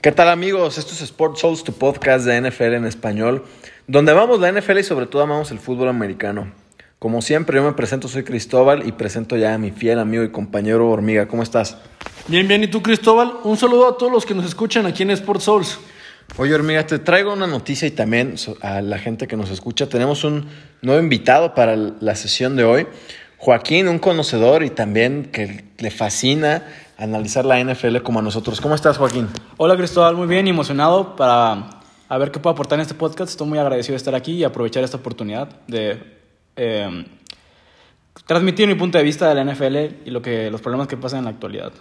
¿Qué tal amigos? Esto es Sports Souls, tu podcast de NFL en español, donde amamos la NFL y sobre todo amamos el fútbol americano. Como siempre, yo me presento, soy Cristóbal y presento ya a mi fiel amigo y compañero Hormiga. ¿Cómo estás? Bien, bien, ¿y tú Cristóbal? Un saludo a todos los que nos escuchan aquí en Sports Souls. Oye, Hormiga, te traigo una noticia y también so- a la gente que nos escucha. Tenemos un nuevo invitado para l- la sesión de hoy. Joaquín, un conocedor y también que le fascina analizar la NFL como a nosotros. ¿Cómo estás, Joaquín? Hola Cristóbal, muy bien y emocionado para a ver qué puedo aportar en este podcast. Estoy muy agradecido de estar aquí y aprovechar esta oportunidad de eh, transmitir mi punto de vista de la NFL y lo que, los problemas que pasan en la actualidad.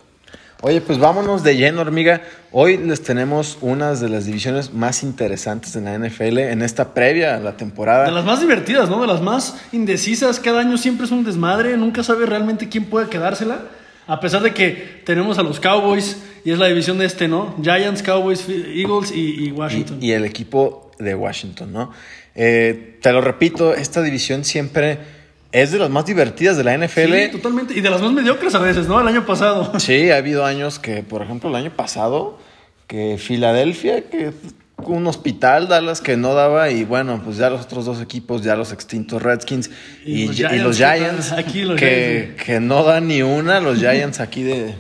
Oye, pues vámonos de lleno, hormiga. Hoy les tenemos unas de las divisiones más interesantes de la NFL en esta previa a la temporada. De las más divertidas, ¿no? De las más indecisas. Cada año siempre es un desmadre. Nunca sabes realmente quién puede quedársela. A pesar de que tenemos a los Cowboys y es la división de este, ¿no? Giants, Cowboys, Eagles y, y y, Washington. y el equipo de Washington, ¿no? Eh, te lo repito, esta división siempre es de las más divertidas de la NFL. Sí, totalmente. Y de las más mediocres a veces, ¿no? El año pasado. Sí, ha habido años que, por ejemplo, el año pasado, que Filadelfia, que un hospital, Dallas, que no daba, y bueno, pues ya los otros dos equipos, ya los extintos Redskins y, Y y los los, Giants, Giants, aquí los que, que no dan ni una, los Giants aquí de,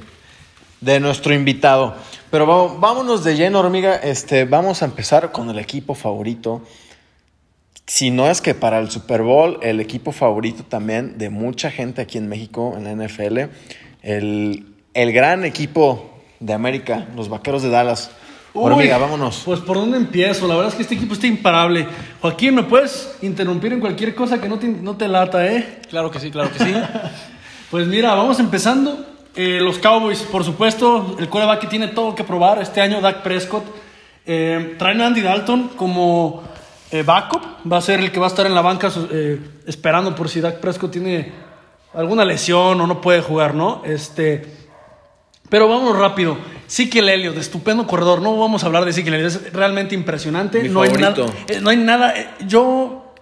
de nuestro invitado. Pero vamos, vámonos de lleno, hormiga, este, vamos a empezar con el equipo favorito. Si no es que para el Super Bowl, el equipo favorito también de mucha gente aquí en México, en la NFL, el, el gran equipo de América, los Vaqueros de Dallas. Uy, Hormiga, vámonos. Pues por dónde empiezo. La verdad es que este equipo está imparable. Joaquín, ¿me puedes interrumpir en cualquier cosa que no te, no te lata, eh? Claro que sí, claro que sí. Pues mira, vamos empezando. Eh, los Cowboys, por supuesto, el coreback que tiene todo que probar. Este año Dak Prescott. Eh, traen a Andy Dalton como eh, backup. Va a ser el que va a estar en la banca su- eh, esperando por si Dak Prescott tiene alguna lesión o no puede jugar, ¿no? Este, pero vamos rápido. Siquel Elliott, estupendo corredor. No vamos a hablar de Siquel Elliott. Es realmente impresionante. Mi no, hay nada, favorito. eh, no hay nada. eh, Yo,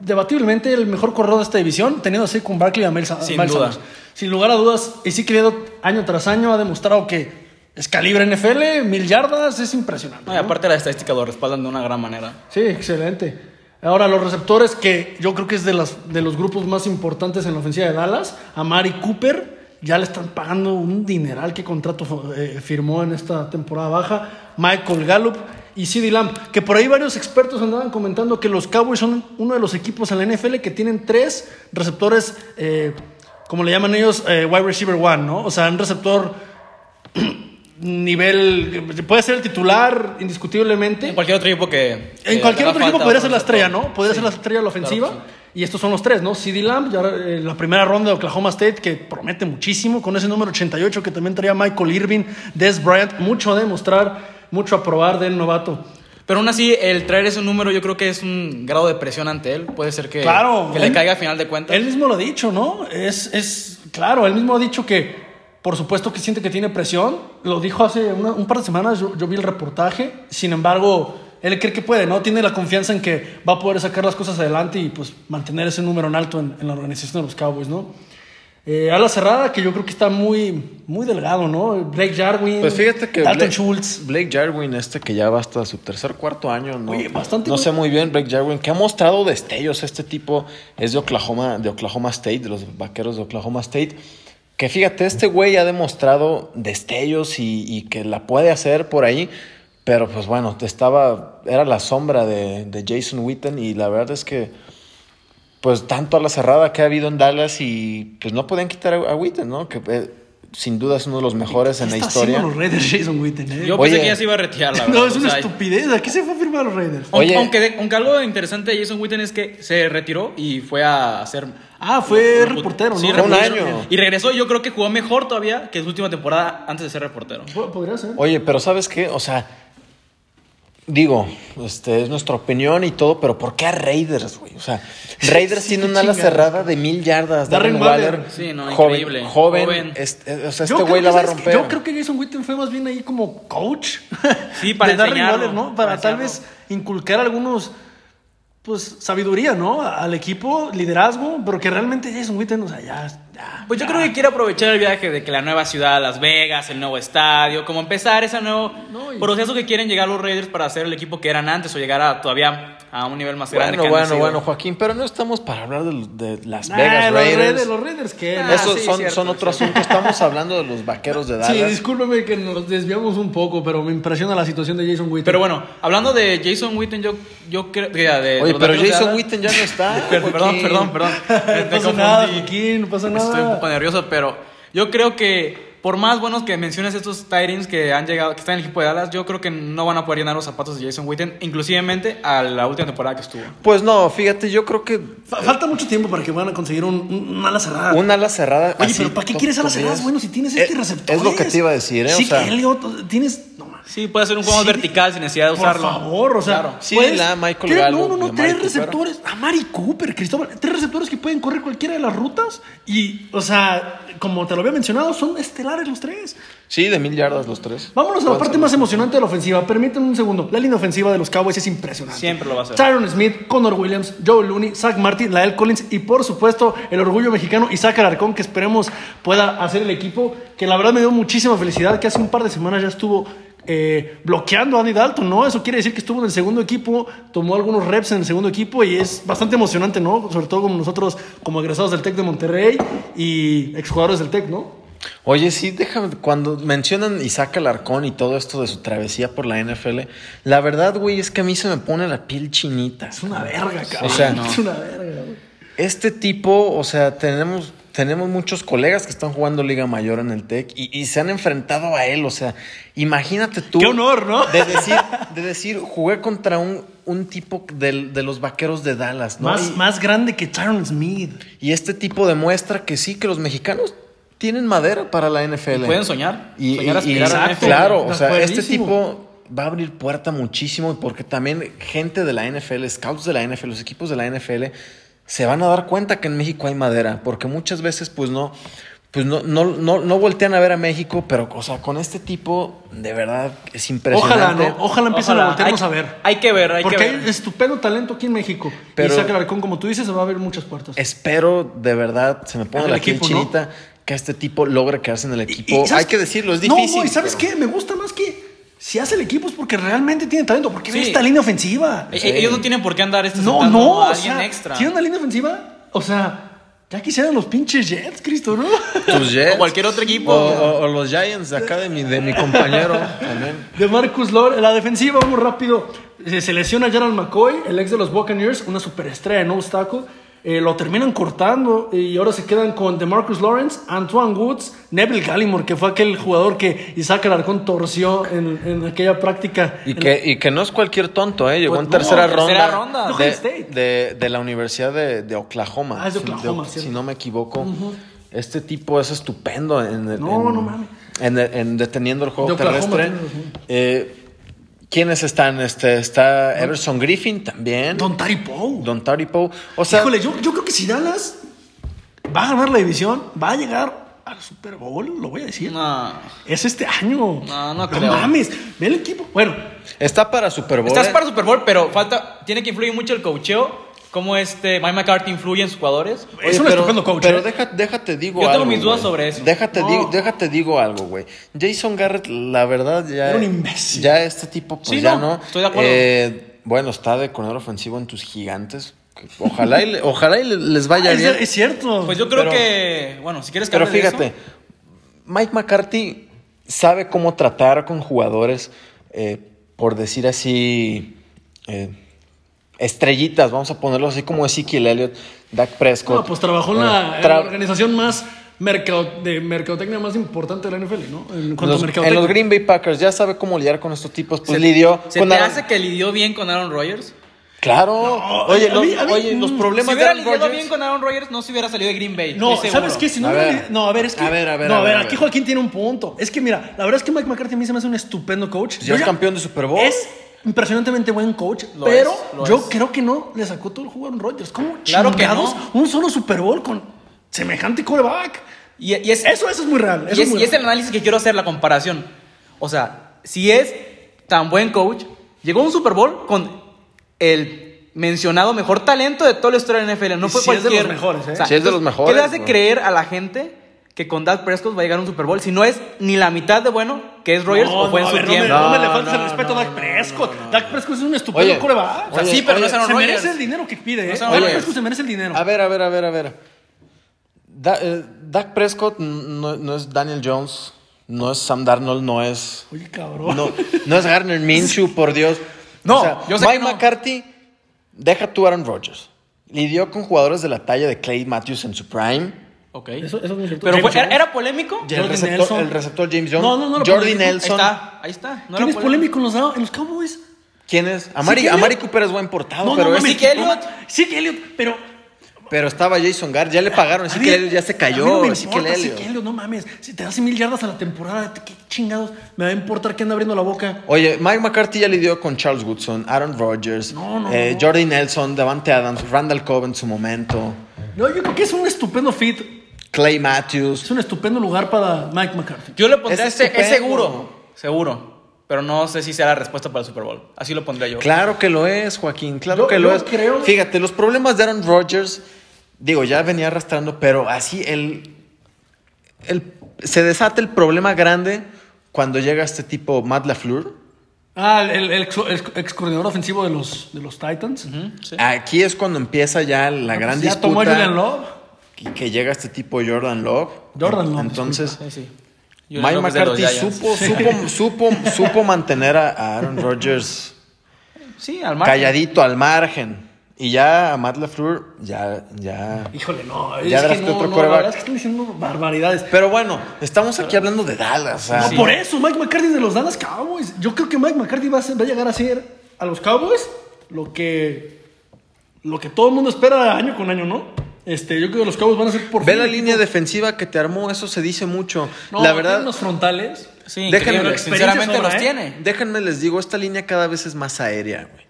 debatiblemente, el mejor corredor de esta división, teniendo así con Barkley y a Mel Sa- Sin Miles duda. Sanders. Sin lugar a dudas, Ezekiel Elliott año tras año ha demostrado que es calibre NFL, mil yardas, es impresionante. No, y ¿no? aparte la estadística lo respaldan de una gran manera. Sí, excelente. Ahora, los receptores, que yo creo que es de, las, de los grupos más importantes en la ofensiva de Dallas, a Mari Cooper, ya le están pagando un dineral que contrato eh, firmó en esta temporada baja, Michael Gallup y CeeDee Lamb, que por ahí varios expertos andaban comentando que los Cowboys son uno de los equipos en la NFL que tienen tres receptores, eh, como le llaman ellos, eh, wide receiver one, ¿no? O sea, un receptor nivel, puede ser el titular indiscutiblemente. En cualquier otro equipo que... En que cualquier Eh, haga otro falta equipo podría otro ser la estrella, receptor. ¿no? Podría Sí. ser la estrella de la Claro ofensiva. que sí. Y estos son los tres, ¿no? CD Lamb, ya, eh, la primera ronda de Oklahoma State, que promete muchísimo, con ese número 88 que también traía Michael Irving, Des Bryant, mucho a demostrar, mucho a probar del novato. Pero aún así, el traer ese número yo creo que es un grado de presión ante él. Puede ser que, claro, que le él- caiga a final de cuentas. Él mismo lo ha dicho, ¿no? Es, es, claro, él mismo ha dicho que, por supuesto que siente que tiene presión. Lo dijo hace una- un par de semanas, yo, yo vi el reportaje. Sin embargo, él cree que puede, ¿no? Tiene la confianza en que va a poder sacar las cosas adelante y pues mantener ese número en alto en, en la organización de los Cowboys, ¿no? Eh, ala cerrada, que yo creo que está muy, muy delgado, ¿no? Blake Jarwin, Pues fíjate que Dalton Blake, Schultz. Blake Jarwin, este que ya va hasta su tercer cuarto año, no, Oye, bastante no buen- sé muy bien Blake Jarwin, que ha mostrado destellos. Este tipo es de Oklahoma, de Oklahoma State, de los vaqueros de Oklahoma State. Que fíjate, este güey ha demostrado destellos y, y que la puede hacer por ahí. Pero pues bueno, te estaba. Era la sombra de, de Jason Witten. Y la verdad es que. Pues tanto a la cerrada que ha habido en Dallas y pues no podían quitar a, a Witten, ¿no? Que eh, sin duda es uno de los mejores en la ¿Qué está historia. haciendo los Raiders Jason Witten, eh? Yo Oye. pensé que ya se iba a retirar, la verdad. no, es O una sea, estupidez. ¿A qué se fue a firmar los Raiders? aunque- Oye. Aunque, de- aunque algo interesante de Jason Witten es que se retiró y fue a hacer... Ah, fue un- reportero, ¿no? sí, Fue un reportero. año. Y regresó y yo creo que jugó mejor todavía que su última temporada antes de ser reportero. Po- Podría ser. Oye, pero ¿sabes qué? O sea, digo, este es nuestra opinión y todo, pero ¿por qué a Raiders, güey? O sea, Raiders Sí, tiene qué una ala chingados. cerrada de mil yardas. Darren Darren Waller. Waller. Sí, no, joven, increíble. Joven. Joven. este, o sea, este Yo creo güey que, la va a ¿sabes qué? romper. Yo creo que Jason Witten fue más bien ahí como coach. Sí, para de Darren enseñarlo, Waller, ¿no? para Para tal vez enseñarlo. inculcar algunos, pues, sabiduría, ¿no? Al equipo, liderazgo, pero que realmente Jason Witten, o sea, ya Pues yo creo que quiere aprovechar el viaje de que la nueva ciudad, Las Vegas, el nuevo estadio, como empezar ese nuevo No, y- proceso que quieren llegar los Raiders para ser el equipo que eran antes o llegar a, todavía a un nivel más grande. Bueno, que han bueno, sido. bueno, Joaquín, pero no estamos para hablar de, de Las Nah, Vegas los Raiders. Los Raiders, ¿qué? Ah, Eso sí, son, cierto, son otro asunto. Estamos hablando de los vaqueros de Sí, Dallas. discúlpeme que nos desviamos un poco, pero me impresiona la situación de Jason Witten. Pero bueno, hablando de Jason Witten, yo, yo creo que... De, Oye, de- pero de- Jason Witten ya no está. Perdón, Joaquín. perdón, perdón. Me- no me pasa confundí. nada, Joaquín, no pasa Estoy un nada. poco nervioso, pero yo creo que por más buenos que menciones estos Tyrants que han llegado, que están en el equipo de Dallas, yo creo que no van a poder llenar los zapatos de Jason Witten, inclusivemente a la última temporada que estuvo. Pues no, fíjate, yo creo que Fa- Falta mucho tiempo para que van a conseguir un, un- una ala cerrada. un ala cerrada. Oye, así, pero ¿para qué top- quieres alas top cerradas? 10? Bueno, si tienes Eh, este receptor. Es lo que te iba a decir, ¿eh? Sí, o sea, Elliot, tienes. No mames. Sí, puede ser un juego Sí, vertical sin necesidad de Por usarlo. favor, o sea, Claro. Sí, la Michael tres- Gallup, No, no, la no, tres Mari receptores. A Mari Cooper, Cristóbal. Tres receptores que pueden correr cualquiera de las rutas. Y, o sea, como te lo había mencionado, son estelares los tres. Sí, de mil yardas los tres. Vámonos a la parte más emocionante de la ofensiva. Permítanme un segundo. La línea ofensiva de los Cowboys es impresionante. Siempre lo va a ser. Tyron Smith, Connor Williams, Joe Looney, Zach Martin, Lael Collins y por supuesto el orgullo mexicano Isaac Alarcón que esperemos pueda hacer el equipo que la verdad me dio muchísima felicidad que hace un par de semanas ya estuvo eh, bloqueando a Andy Dalton, ¿no? Eso quiere decir que estuvo en el segundo equipo, tomó algunos reps en el segundo equipo y es bastante emocionante, ¿no? Sobre todo como nosotros como egresados del TEC de Monterrey y exjugadores del TEC, ¿no? Oye, sí, déjame, cuando mencionan Isaac Alarcón y todo esto de su travesía por la NFL, la verdad, güey, es que a mí se me pone la piel chinita. Es una verga, cabrón. O sea, no. es una verga, güey. Este tipo, o sea, tenemos, tenemos muchos colegas que están jugando Liga Mayor en el TEC y, y se han enfrentado a él. O sea, imagínate tú. Qué honor, ¿no? De decir, de decir jugué contra un, un tipo del- de los vaqueros de Dallas, ¿no? Más, Y- más grande que Tyron Smith. Y este tipo demuestra que sí, que los mexicanos tienen madera para la NFL. Pueden soñar, Y, soñar, y- y- aspirar a la exacto, NFL. claro, o de sea, este acuerdísimo. tipo va a abrir puerta muchísimo porque también gente de la NFL, scouts de la NFL, los equipos de la NFL se van a dar cuenta que en México hay madera, porque muchas veces pues no pues no, no, no, no voltean a ver a México, pero o sea, con este tipo de verdad es impresionante. Ojalá, ¿no? Ojalá empiecen Ojalá. a voltearnos Hay- a ver. hay que ver, hay que Porque ver. hay estupendo talento aquí en México. Pero- y Isaac Alarcón, como tú dices, se va a abrir muchas puertas. Espero de verdad, se me pone Al la piel equipo, ¿no? chinita que este tipo logre quedarse en el Y- y equipo. ¿sabes hay qué? que decirlo, es difícil. No, no, y ¿sabes pero- qué? Me gusta más que si hace el equipo es porque realmente tiene talento. Porque ve Sí. esta línea ofensiva. E- e- Ellos no tienen por qué andar este No, sentando no, o a alguien sea, extra. tiene una línea ofensiva. O sea, ya quisieran los pinches Jets, Cristo, ¿no? Tus Jets. O cualquier otro equipo. O, o- o los Giants de acá de mi, de mi compañero también. De Marcus Lore, la defensiva, vamos rápido. Eh, Se se lesiona Gerald McCoy, el ex de los Buccaneers, una superestrella de no obstáculo. Eh, lo terminan cortando eh, y ahora se quedan con DeMarcus Lawrence, Antoine Woods, Neville Gallimore, que fue aquel jugador que Isaac Alarcón torció en, en aquella práctica. Y que, y que no es cualquier tonto, ¿eh? Llegó Pues en no, tercera, ronda, tercera ronda. De Ohio De, State. de- de la Universidad de, de Oklahoma. Ah, es de si- Oklahoma, si, cierto. no me equivoco. Este tipo es estupendo en, en- No, en- no mames. en- en deteniendo el juego De Oklahoma, terrestre. tienes razón. Eh, ¿Quiénes están? Este, Ah. está Everson Griffin también. Don Tari Poe. Don Tari Poe. O sea, Híjole, yo, yo creo que si Dallas va a ganar la división, va a llegar al Super Bowl, lo voy a decir. No. Es este año. No, no creo. mames, ve el equipo. Bueno, está para Super Bowl. Estás ¿eh? para Super Bowl, pero falta, tiene que influir mucho el coacheo. Cómo este Mike McCarthy influye en sus jugadores. Oye, es un pero- estupendo coach. Pero ¿eh? deja- déjate digo Yo algo. tengo mis dudas güey. sobre eso. Déjate, No. digo, déjate digo algo, güey. Jason Garrett, la verdad, ya. Era un imbécil. Ya este tipo, pues Sí, ya no. no, estoy de acuerdo. Eh, bueno, está de corredor ofensivo en tus gigantes. que Ojalá y, le- ojalá y le- les Ah, vaya es, bien. es cierto. Pues yo creo Pero- que, bueno, si quieres que Pero hable de eso, fíjate, Mike McCarthy sabe cómo tratar con jugadores, eh, por decir así, eh, estrellitas, vamos a ponerlo así como Ezekiel Elliott, Dak Prescott. No, pues trabajó en la, eh, en tra- la organización más mercado- de mercadotecnia más importante de la NFL, ¿no? En cuanto los- a en mercadotecnia. los Green Bay Packers ya sabe cómo lidiar con estos tipos. Pues ¿se, lidió se con te Aaron- hace que lidió bien con Aaron Rodgers? Claro. oye, a lo- mí- a mí- oye, los mm, problemas Si de hubiera Aaron lidiado Rodgers. bien con Aaron Rodgers, no se hubiera salido de Green Bay. No, estoy ¿sabes seguro. qué? Si no, A hubiera- ver. no, a ver, es que. A ver, a ver, no, a a ver, ver, a aquí ver. Joaquín tiene un punto. Es que mira, la verdad es que Mike McCarthy a mí se me hace un estupendo coach. pues Ya Yo es campeón de Super Bowl. Es impresionantemente buen coach, Lo pero es, lo yo es. creo que no le sacó todo el juego a Aaron Rodgers. ¿Cómo Claro que chingados no. un solo Super Bowl con semejante coreback? Y, y es, Eso, eso es muy real. Eso y es es, muy y es real. el análisis que quiero hacer, la comparación. O sea, si es tan buen coach, llegó a un Super Bowl con el mencionado mejor talento de toda la historia de la NFL. No Y fue sí es de cualquier. los mejores, ¿eh? Sí es de los mejores, ¿Qué le hace güey. creer a la gente que con Dak Prescott va a llegar a un Super Bowl si no es ni la mitad de bueno que es Rogers o fue en a su ver, tiempo? No me, no me No, le faltes no, el respeto a Dak Prescott. Dak Prescott es un estupendo Oye, coreback. O sea, oye, sí, pero oye, no es Aaron se Rodgers. merece merece el el dinero que pide, ¿eh? ¿eh? Aaron Dak Oye. Ah. Prescott se merece el dinero. A ver, a ver, a ver, a ver. Da- eh, Dak Prescott no, no es Daniel Jones, no es Sam Darnold, no es. Oye, cabrón. No, no es Garner Minshew, por Dios. No, O sea, yo sé Mike que no. McCarthy deja tú a Aaron Rodgers. Lidió con jugadores de la talla de Clay Matthews en su prime. Ok. Eso, eso es muy cierto. pero fue- James ¿era, Jones. era polémico? Ya. Jordan el, receptor, Nelson. el receptor James Jones. No, no, no, lo Jordi polémico. Ahí Nelson. está, ahí está. No ¿Quién era es polémico en los, en los Cowboys? ¿Quién es? Amari, ¿quién es? Amari Cooper es buen portado, No, Ah, pero, no, es- mames. Zeke Elliott. Zeke Elliott, pero... pero estaba Jason Gar, ya le pagaron, sí a que mí- Elliott ya se cayó. a mí no me sí importa, que Zeke Elliott. Elliott, no mames. Si te das mil yardas a la temporada, ¿qué chingados? Me va a importar que anda abriendo la boca. Oye, Mike McCarthy ya lidió con Charles Woodson, Aaron Rodgers, No, no, eh, no. Jordi Nelson, Davante Adams, Randall Cobb en su momento, No, yo creo que es un estupendo fit. Clay Es Matthews. un estupendo lugar para Mike McCarthy. Yo le pondría Es es, es estupendo. seguro, seguro. Pero no sé si sea la respuesta para el Super Bowl. Así lo pondría yo. Claro que lo es, Joaquín, claro Yo- que lo yo es. creo- Fíjate, los problemas de Aaron Rodgers, digo, ya venía arrastrando, pero así el, el- se desata el problema grande cuando llega este tipo Matt LaFleur. Ah, el, el ex, ex- ex coordinador ofensivo de los, de los Titans. Sí. Aquí es cuando empieza ya la gran Ah, pues Ya disputa. tomó a Julian Love. Que, que llega este tipo Jordan Love. Jordan Love, Entonces, Sí, sí. Yo Mike creo que es de los McCarthy Giants. supo, supo, supo, supo mantener a- a Aaron Rodgers Sí, al margen. calladito al margen. Y ya a Matt LaFleur, ya, ya. Híjole, no. Ya es verás que que no, otro no, la quarterback. verdad es que están diciendo barbaridades. Pero bueno, estamos aquí hablando de Dallas. o sea, no, Ah, sí. por eso, Mike McCarthy de los Dallas Cowboys. Yo creo que Mike McCarthy va a, ser- va a llegar a ser a los Cowboys lo que, lo que todo el mundo espera año con año, ¿no? Este, yo creo que los Cowboys van a ser por Ve fin la el línea equipo- defensiva que te armó, eso se dice mucho. No, la tienen verdad, los frontales. Sí, Déjenme- increíble. Experiencia Sinceramente sobra, los ¿eh? tiene. déjenme les digo, esta línea cada vez es más aérea, güey.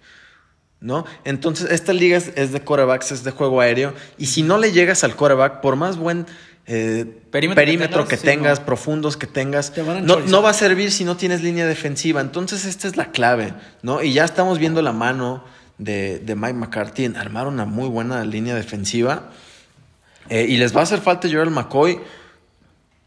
¿No? Entonces, esta liga es, es de corebacks, es de juego aéreo. Y si no le llegas al coreback, por más buen eh, Perímetro perímetro, que que tengas, tengas, sí, no. profundos que tengas, Te van a no, enchorizar. no va a servir si no tienes línea defensiva. Entonces, esta es la clave, ¿no? Y ya estamos viendo la mano de, de Mike McCarthy en armar una muy buena línea defensiva. Eh, y les va a hacer falta Gerald McCoy.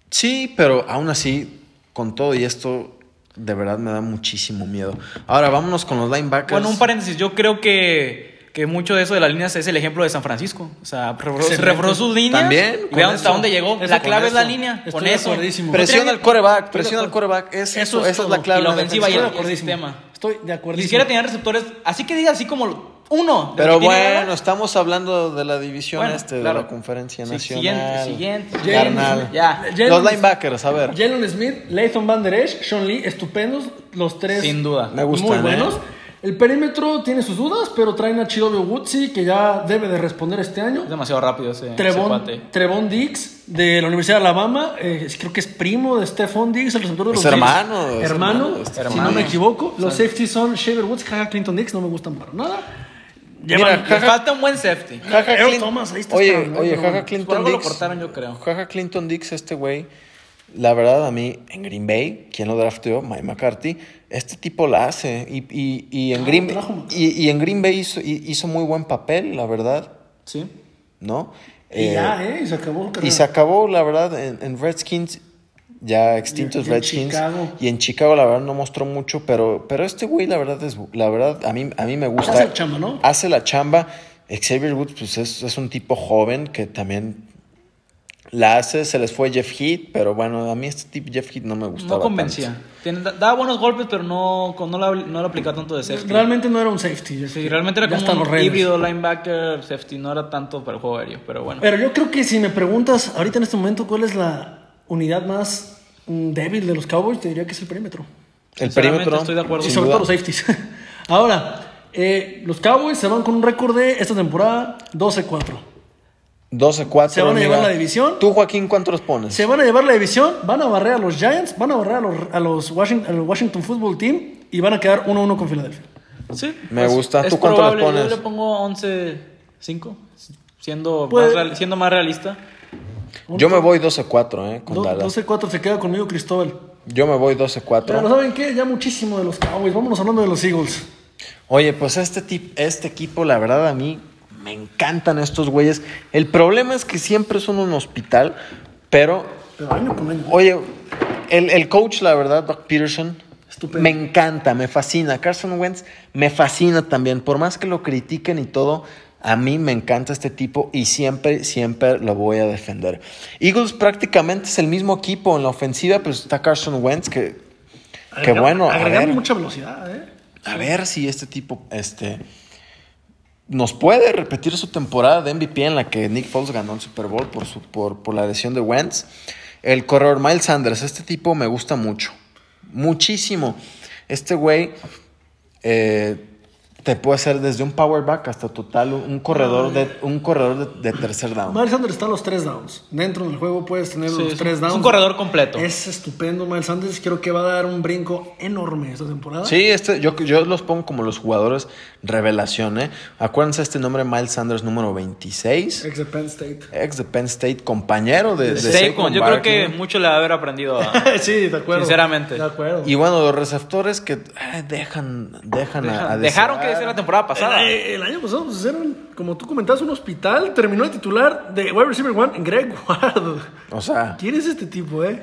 Sí, pero aún así, con todo y esto, de verdad me da muchísimo miedo. Ahora vámonos con los linebackers. Bueno, un paréntesis. Yo creo que, que mucho de eso de las líneas es el ejemplo de San Francisco. O sea, reforzó, Excelente. reforzó sus líneas. También, Y con vean eso. hasta dónde llegó. Eso, la con clave es la eso. línea. Estoy con de eso. acuerdísimo. Presiona al coreback, Estoy de presiona al acuerdo. coreback. Eso, Eso es esa es la todo. clave. Y la de ofensiva defensa. y Estoy el- de acordísimo. sistema. Estoy de acuerdo. Ni siquiera tenían receptores. Así que diga así como uno. de Pero lo que tiene bueno, ahora. estamos hablando de la división Bueno, este, claro. de la conferencia Sí, nacional. siguiente, siguiente. Carnal. Ya. Los linebackers, a ver. Jalen Smith, Leighton Van Der Esch, Sean Lee, estupendos, los tres. Sin duda. Me gustan, Muy ¿eh? buenos. El perímetro tiene sus dudas, pero traen a Chidobe Woodsy, que ya debe de responder este año. Es demasiado rápido ese, ese Trevon, cuate. Trevon Dix, de la Universidad de Alabama, eh, es- creo que es primo de Stephon Dix, el receptor de los Es Bills. hermano, es hermano, hermano de Stephon si no me Dix. equivoco. Los safeties son Shaver Woods, Jaja Clinton Dix, no me gustan para nada. Mira, Le Jaja- falta un buen safety. Jaja Earl Clin- Thomas, ahí está Oye, esperando, ¿eh? oye, pero Jaja bueno. Por Clinton Pues algo lo Dix. cortaron, yo creo. Jaja Clinton Dix, este güey. La verdad, a mí, en Green Bay, quien lo drafteó, Mike McCarthy, este tipo la hace. Y, y- y en, Green, Ah, trajo. y, y en Green Bay hizo, hi- hizo muy buen papel, la verdad, Sí. ¿no? Y Eh, ya, ¿eh? Y se acabó su y carrera. se acabó, la verdad, en, en Redskins, ya extintos Y- y en Redskins. Chicago. Y en Chicago, la verdad, no mostró mucho, pero, pero este güey, la verdad, es, la verdad, a mí, a mí me gusta. Hace la chamba, ¿no? Hace la chamba. Xavier Woods, pues es, es un tipo joven que también la hace. Se les fue Jeff Heat, pero bueno, a mí este tipo Jeff Heat no me gustaba. No convencía. tanto. Tiene- da- daba buenos golpes, pero no, con- no, la, no la aplicaba tanto de safety. Realmente no era un safety. Sí, realmente era Ya están como los un redes. híbrido linebacker, safety. No era tanto para el juego aéreo, pero bueno. Pero yo creo que si me preguntas ahorita en este momento cuál es la unidad más mm, débil de los Cowboys, te diría que es el perímetro. El Sinceramente, perímetro. estoy de acuerdo. Y sin sobre duda. todo los safeties. Ahora, eh, los Cowboys se van con un récord de esta temporada 12-4. 12-4. Se van a llevar amiga. la división. Tú, Joaquín, ¿cuánto los pones? Se van a llevar la división, van a barrer a los Giants, van a barrer a los, a los Washington, al Washington Football Team y van a quedar 1-1 con Filadelfia. Sí, Me gusta. ¿Tú cuánto probable. le pones? Yo le pongo 11-5, siendo, Puede- más real- siendo más realista. Yo me voy 12-4, ¿eh? Con Do- Dallas. 12-4 se queda conmigo Cristóbal. Yo me voy 12-4. Pero ¿saben qué? Ya muchísimo de los Cowboys. Vámonos hablando de los Eagles. Oye, pues este, tip, este equipo, la verdad, a mí me encantan estos güeyes. El problema es que siempre son un hospital, pero, Pero año con año. oye, el, el coach, la verdad, Doc Peterson, Estupendo. me encanta, me fascina. Carson Wentz me fascina también. Por más que lo critiquen y todo, a mí me encanta este tipo y siempre, siempre lo voy a defender. Eagles prácticamente es el mismo equipo en la ofensiva, pero está Carson Wentz que... que Agregaron- bueno, a Agregaron ver. mucha velocidad, ¿eh? A ver si este tipo este, nos puede repetir su temporada de MVP en la que Nick Foles ganó el Super Bowl por, su, por, por la lesión de Wentz. El corredor Miles Sanders, este tipo me gusta mucho. Muchísimo. Este güey eh, te puede hacer desde un power back hasta total un- un corredor de, un corredor de, de tercer down. Miles Sanders está a los tres downs. Dentro del juego puedes tener Sí, los es un- tres es downs. un corredor completo. Es estupendo, Miles Sanders. Creo que va a dar un brinco enorme esta temporada. Sí, este, yo, yo los pongo como los jugadores revelación. ¿eh? Acuérdense este nombre, Miles Sanders número 26. Ex de Penn State. ex de Penn State, compañero de, de Saquon, Saquon yo creo que Barkley. mucho le va a haber aprendido a... sí, de acuerdo. Sinceramente. De acuerdo. Y bueno, los receptores que eh, dejan, dejan, a, a Dejaron que desear. decir la temporada pasada. El, el año pasado, pues, eran, como tú comentabas, un hospital. Terminó el titular de wide receiver one, Greg Ward. O sea, ¿Quién es este tipo, eh?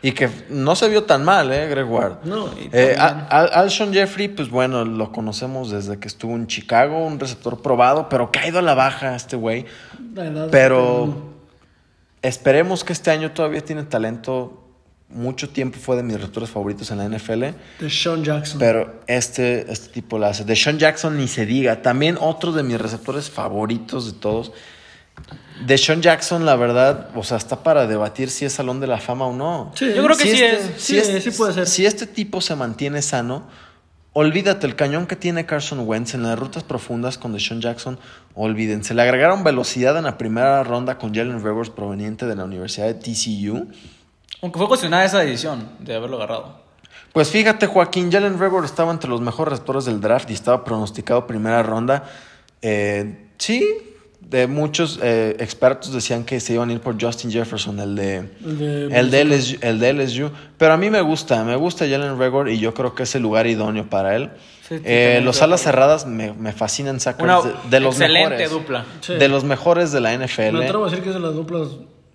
y que no se vio tan mal, ¿eh, Greg Ward? No. Eh, Al- Al- Alshon Jeffrey, pues bueno, lo conocemos desde que estuvo en Chicago, un receptor probado, pero que ha ido a la baja este güey. La edad Pero esperemos que este año todavía tiene talento. Mucho tiempo fue de mis receptores favoritos en la NFL. De Sean Jackson. Pero este, este tipo la hace. De Sean Jackson ni se diga. También otro de mis receptores favoritos de todos. De Sean Jackson, la verdad, o sea, está para debatir si es Salón de la Fama o no. Sí, Yo creo que Si sí este- es. si sí, este- sí puede ser. Si este tipo se mantiene sano, olvídate el cañón que tiene Carson Wentz en las rutas profundas con Deshaun Jackson. Olvídense. Le agregaron velocidad en la primera ronda con Jalen Rivers proveniente de la Universidad de TCU. Aunque fue cuestionada esa decisión de haberlo agarrado. Pues fíjate, Joaquín, Jalen Reagor estaba entre los mejores receptores del draft y estaba pronosticado primera ronda. Eh, sí, de muchos eh, expertos decían que se iban a ir por Justin Jefferson, el de, El de el de, LSU, el de LSU. Pero a mí me gusta, me gusta Jalen Reagor y yo creo que es el lugar idóneo para él. Sí, sí, Eh, también los creo. alas cerradas me, me fascinan, Una Sackers, de, de los excelente mejores. dupla. Sí. De los mejores de la Me atrevo NFL. a decir que es de las duplas,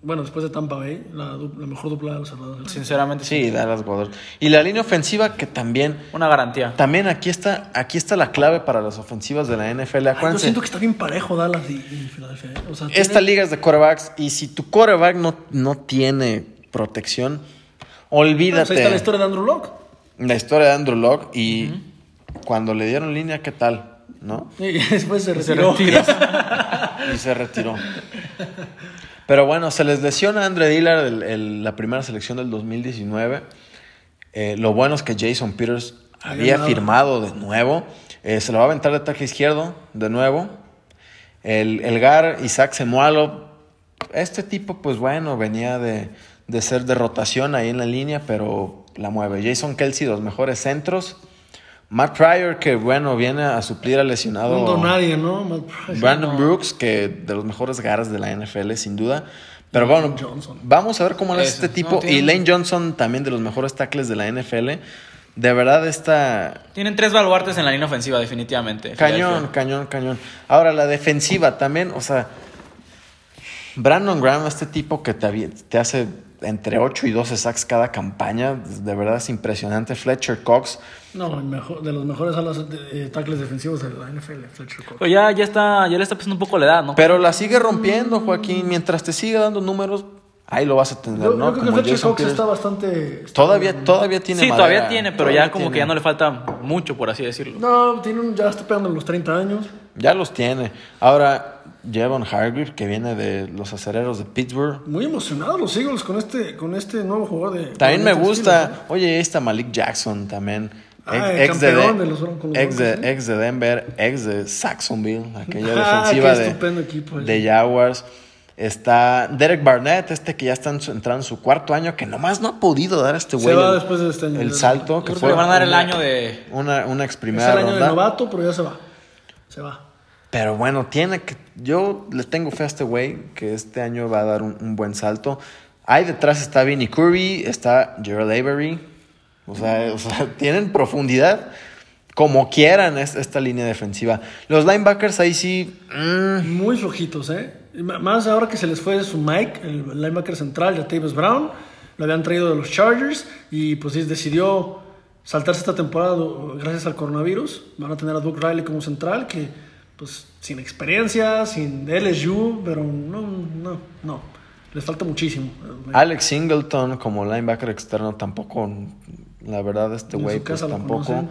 bueno, después de Tampa Bay, la, du- la mejor dupla de los cerrados. Sinceramente, sí. Sí, Dallas Goddard. Y la línea ofensiva que también... Una garantía. También aquí está, aquí está la clave para las ofensivas de la NFL. Ay, yo Acuérdense, siento que está bien parejo Dallas y, y Filadelfia. ¿eh? O sea, esta tienen- liga es de quarterbacks y si tu quarterback no, no tiene protección, olvídate Pues ahí está la historia de Andrew Locke. la historia de Andrew Locke y cuando le dieron línea, ¿qué tal? ¿No? Y después se Se retiró. retira. Y se retiró. Pero bueno, se les lesiona a Andre Dillard el- el- la primera selección del 2019. Eh, lo bueno es que Jason Peters había ganado. firmado de nuevo. Eh, se lo va a aventar de tackle izquierdo de nuevo. El, el Gar, Isaac Semualo. Este tipo, pues bueno, venía de, de ser de rotación ahí en la línea, pero la mueve. Jason Kelsey, los mejores centros. Matt Pryor, que bueno, viene a suplir al lesionado. Un nadie, Pues ¿no? Matt Price. Oh. Brandon Brooks, que de los mejores garras de la NFL, sin duda. Pero bueno, Johnson. vamos a ver cómo es Eso, este no tipo. tiene- y Lane Johnson, también de los mejores tackles de la NFL. De verdad está Tienen tres baluartes en la línea ofensiva, definitivamente. cañón, Filadelfia. cañón, cañón. Ahora, la defensiva también, o sea, Brandon Graham, este tipo que te, avi- te hace entre 8 y 12 sacks cada campaña, de verdad es impresionante. Fletcher Cox, No, el mejor- de los mejores alas de- eh, tackles defensivos de la NFL, Fletcher Cox. Pues ya, ya, está, ya le está pasando un poco la edad, ¿no? pero la sigue rompiendo, Joaquín. Mientras te siga dando números, ahí lo vas a tener, Yo, yo ¿no? creo que Como Fletcher Jason Cox Peters. está bastante. Todavía, todavía tiene sí, madera. todavía tiene, pero Todavía ya como que ya tiene. no le falta mucho, por así decirlo. No, tiene un, ya está pegando los 30 años. Ya los tiene. Ahora, Jevon Hargrave, que viene de los acereros de Pittsburgh. Muy emocionados los Eagles con este, con este nuevo jugador de. También con me este gusta. estilo, Oye, ahí está Malik Jackson también. Ah, el campeón de los Broncos, los ex, de, Broncos, ¿sí? ex de Denver, ex de Saxonville, aquella ¿eh? Ah, defensiva qué de, estupendo equipo, eh. de Jaguars. Está Derek Barnett, este que ya está en su- entrando en su cuarto año, que nomás no ha podido dar a este Se güey va el, después de este año. el salto. Que Yo creo que fue le van a dar el una- año de... Una, una ex ¿no? primera Es el año ronda. de novato, pero ya se va. Se va. Pero bueno, tiene que. Yo le tengo fe a este güey que este año va a dar un, un buen salto. Ahí detrás está Vinny Curry, está Gerald Avery. O sea, o sea, tienen profundidad. como quieran es- esta línea defensiva. Los linebackers ahí sí. mm, Muy flojitos, ¿eh? M- Más ahora que se les fue su Mike, el linebacker central, de Tavis Brown. Lo habían traído de los Chargers y pues sí, decidió saltarse esta temporada do- gracias al coronavirus. Van a tener a Doug Riley como central, que pues sin experiencia, sin LSU, pero no, no, no. Les falta muchísimo. Alex Singleton como linebacker externo tampoco. La verdad, este Ni en güey su pues, casa lo tampoco. conocen.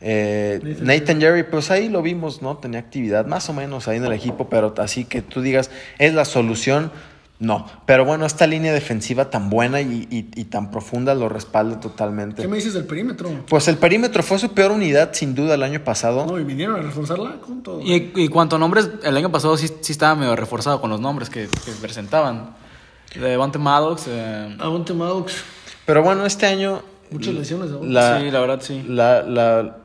Eh, Nathan Nathan Jerry, pues ahí lo vimos, ¿no? Tenía actividad más o menos ahí en el equipo, pero así que tú digas, es la solución, no. Pero bueno, esta línea defensiva tan buena y, y- y tan profunda lo respalda totalmente. ¿Qué me dices del perímetro? Pues el perímetro fue su peor unidad, sin duda, el año pasado. No, y vinieron a reforzarla con todo. Y, y cuanto a nombres, el año pasado sí, sí estaba medio reforzado con los nombres que, que presentaban. Devante Maddox. eh, Avante Maddox, Pero bueno, este año. muchas lesiones. ¿no? La, sí, la verdad sí. la- la-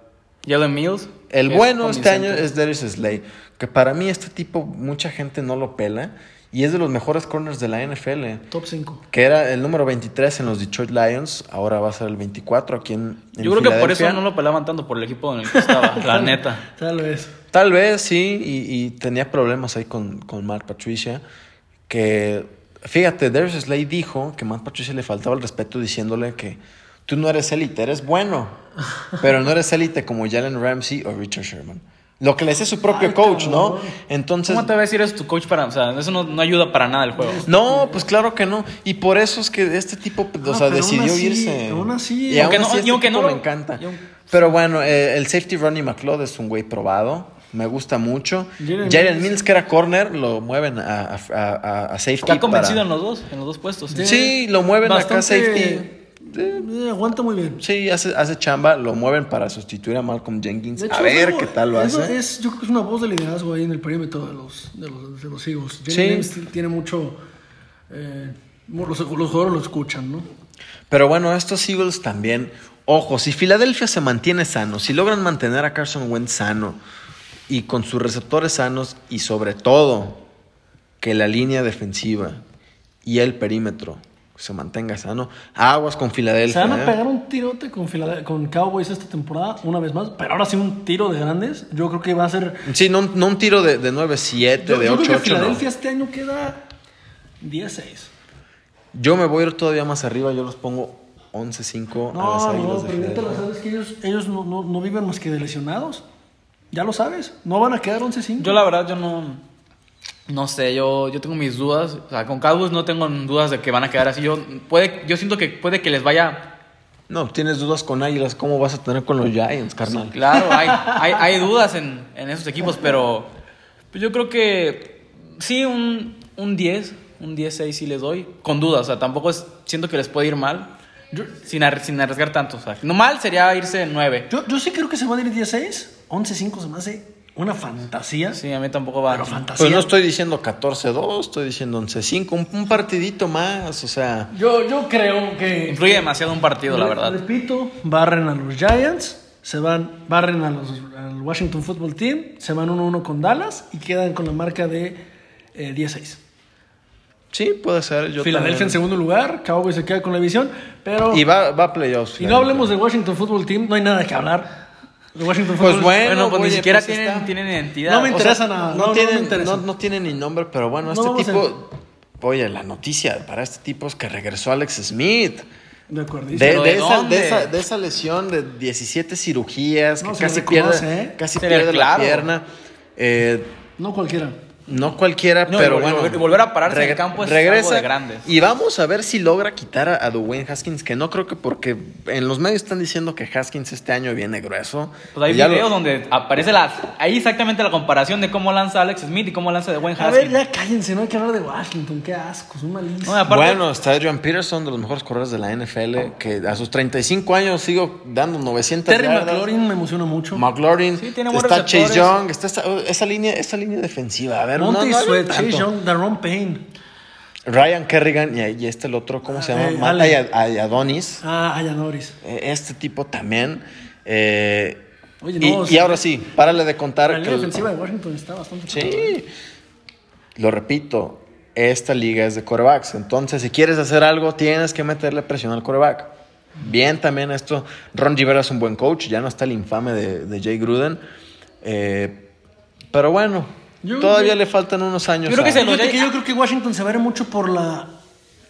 Jalen Mills. el que es bueno este año convincente. es Darius Slay. Que para mí, este tipo, mucha gente no lo pela. Y es de los mejores corners de la NFL. Top 5. Que era el número 23 en los Detroit Lions. Ahora va a ser el 24 aquí en. en Yo creo que por Filadelfia. eso no lo pelaban tanto por el equipo en el que estaba, la neta. Tal vez. Tal vez sí, y, y tenía problemas ahí con, con Matt Patricia. Que fíjate, Darius Slay dijo que Matt Patricia le faltaba el respeto diciéndole que tú no eres élite, eres bueno, pero no eres élite como Jalen Ramsey o Richard Sherman. Lo que le dice su propio Ay, coach, ¿no? cabrón. Entonces. ¿Cómo te va a decir eso tu coach para.? O sea, eso no, no ayuda para nada el juego. No, pues claro que no. Y por eso es que este tipo, pues, o Ah, sea, pero aún decidió así, irse. aún así. Y aún Aunque no- así este y aunque no tipo lo- me encanta. y aun- Pero bueno, eh, el safety Ronnie McLeod es un güey probado. Me gusta mucho. Jalen Jalen Mills. Mills, que era corner, lo mueven a, a- a- a- a safety. Está convencido para- en los dos, en los dos puestos. ¿sí? Sí, lo mueven acá a safety. Bastante- Eh, aguanta muy bien. Sí, hace, hace chamba, lo mueven para sustituir a Malcolm Jenkins. De hecho, a ver eso- qué tal lo eso hace. Es, yo creo que es una voz de liderazgo ahí en el perímetro de los, de los, de los Eagles. Jalen Sí. Mills t- tiene mucho. eh, mu- los, los jugadores lo escuchan, ¿no? Pero bueno, estos Eagles también. Ojo, si Filadelfia se mantiene sano, si logran mantener a Carson Wentz sano y con sus receptores sanos y sobre todo que la línea defensiva y el perímetro se mantenga sano, aguas con Se Filadelfia. van a ¿eh? pegar un tirote con, Filade- con Cowboys esta temporada, una vez más. Pero ahora sí, un tiro de grandes. Yo creo que va a ser. Sí, no, un- no un tiro de, de 9-7, Yo, de yo creo que 8-8. Filadelfia no. este año queda 10-6. Yo me voy a ir todavía más arriba, yo los pongo 11-5 a las No, Águilas no, de pero neta, Filadelfia. sabes que ellos, ellos no, no, no viven más que de lesionados. Ya lo sabes. No van a quedar 11-5. Yo la verdad, yo no... No sé, yo, yo tengo mis dudas. O sea, con Cowboys no tengo dudas de que van a quedar así. Yo, puede, yo siento que puede que les vaya... No, tienes dudas con Águilas, ¿cómo vas a tener con los Giants, carnal? Claro, hay, hay, hay dudas en, en esos equipos, pero pues yo creo que sí, un, un 10, un 10-6 sí les doy. Con dudas, o sea, tampoco es- siento que les puede ir mal. sin, ar- sin arriesgar tanto. O sea, no mal sería irse 9. Yo, yo sí creo que se van a ir 16. 11-5 se me hace una fantasía. Sí, a mí tampoco va. Pero fantasía. Pues no estoy diciendo 14-2, estoy diciendo 11-5, un, un partidito más, o sea, yo, yo creo que. Influye demasiado un partido, la Re- verdad. Repito, barren a los Giants. Se van, barren a los, al Washington Football Team. Se van 1-1 con Dallas y quedan con la marca de eh, 16. sí, puede ser. Yo Filadelfia también. en segundo lugar. Cowboys se queda con la división. Pero. Y va, va a playoffs. Y no Filadelfia. hablemos del Washington Football Team, no hay nada que hablar. El Washington Pues Football bueno, Bueno, pues oye, ni siquiera pues tienen, está. tienen identidad. No me O sea, interesa nada, no, no No, me tienen, interesa. no- no tienen ni nombre, pero bueno, No este vamos tipo. Oye, la noticia para este tipo es que regresó Alex Smith. De acuerdo. De, ¿Pero de de esa, dónde? de esa- de esa lesión de 17 cirugías, No, que se lo casi reconoce, pierde, ¿eh? casi Se le pierde la clavo. pierna. Eh, No cualquiera. No cualquiera, No, y pero vol- bueno. vol- volver a pararse en el campo es algo de grandes. Y vamos a ver si logra quitar a, a Dwayne Haskins, que no creo que porque en los medios están diciendo que Haskins este año viene grueso. Pues hay Y ya lo- videos donde aparece la, ahí exactamente la comparación de cómo lanza Alex Smith y cómo lanza de Wayne A Haskins. ver, ya cállense, no hay que hablar de Washington, qué asco, son malísimos. No, aparte- Bueno, está Adrian Peterson, de los mejores corredores de la NFL, que a sus 35 años sigo dando 900 Terry yardas. McLaurin me emociona mucho. McLaurin, Sí, tiene buenos está Chase receptores. Young, está esa, esa línea, esa línea defensiva. A ver, no, Monty no hagan Sweat, tanto. Chase Young, Darron Payne. Ryan Kerrigan y, y este el otro, ¿cómo se Ah, llama? eh, Mata Allen. y a- y Adonis. Ah, Ayanoris. Eh, Este tipo también. eh, Oye, y, no, y sí. ahora sí, párale de La contar. línea que- defensiva de Washington está bastante. sí. Lo repito, esta liga es de corebacks. Entonces, si quieres hacer algo, tienes que meterle presión al coreback. Bien también esto. Ron Rivera es un buen coach, ya no está el infame de, de Jay Gruden. Eh, pero bueno, Yo- todavía yo- le faltan unos años. Yo creo que a- se lo- Fíjate que yo creo que Washington se va a ver mucho por la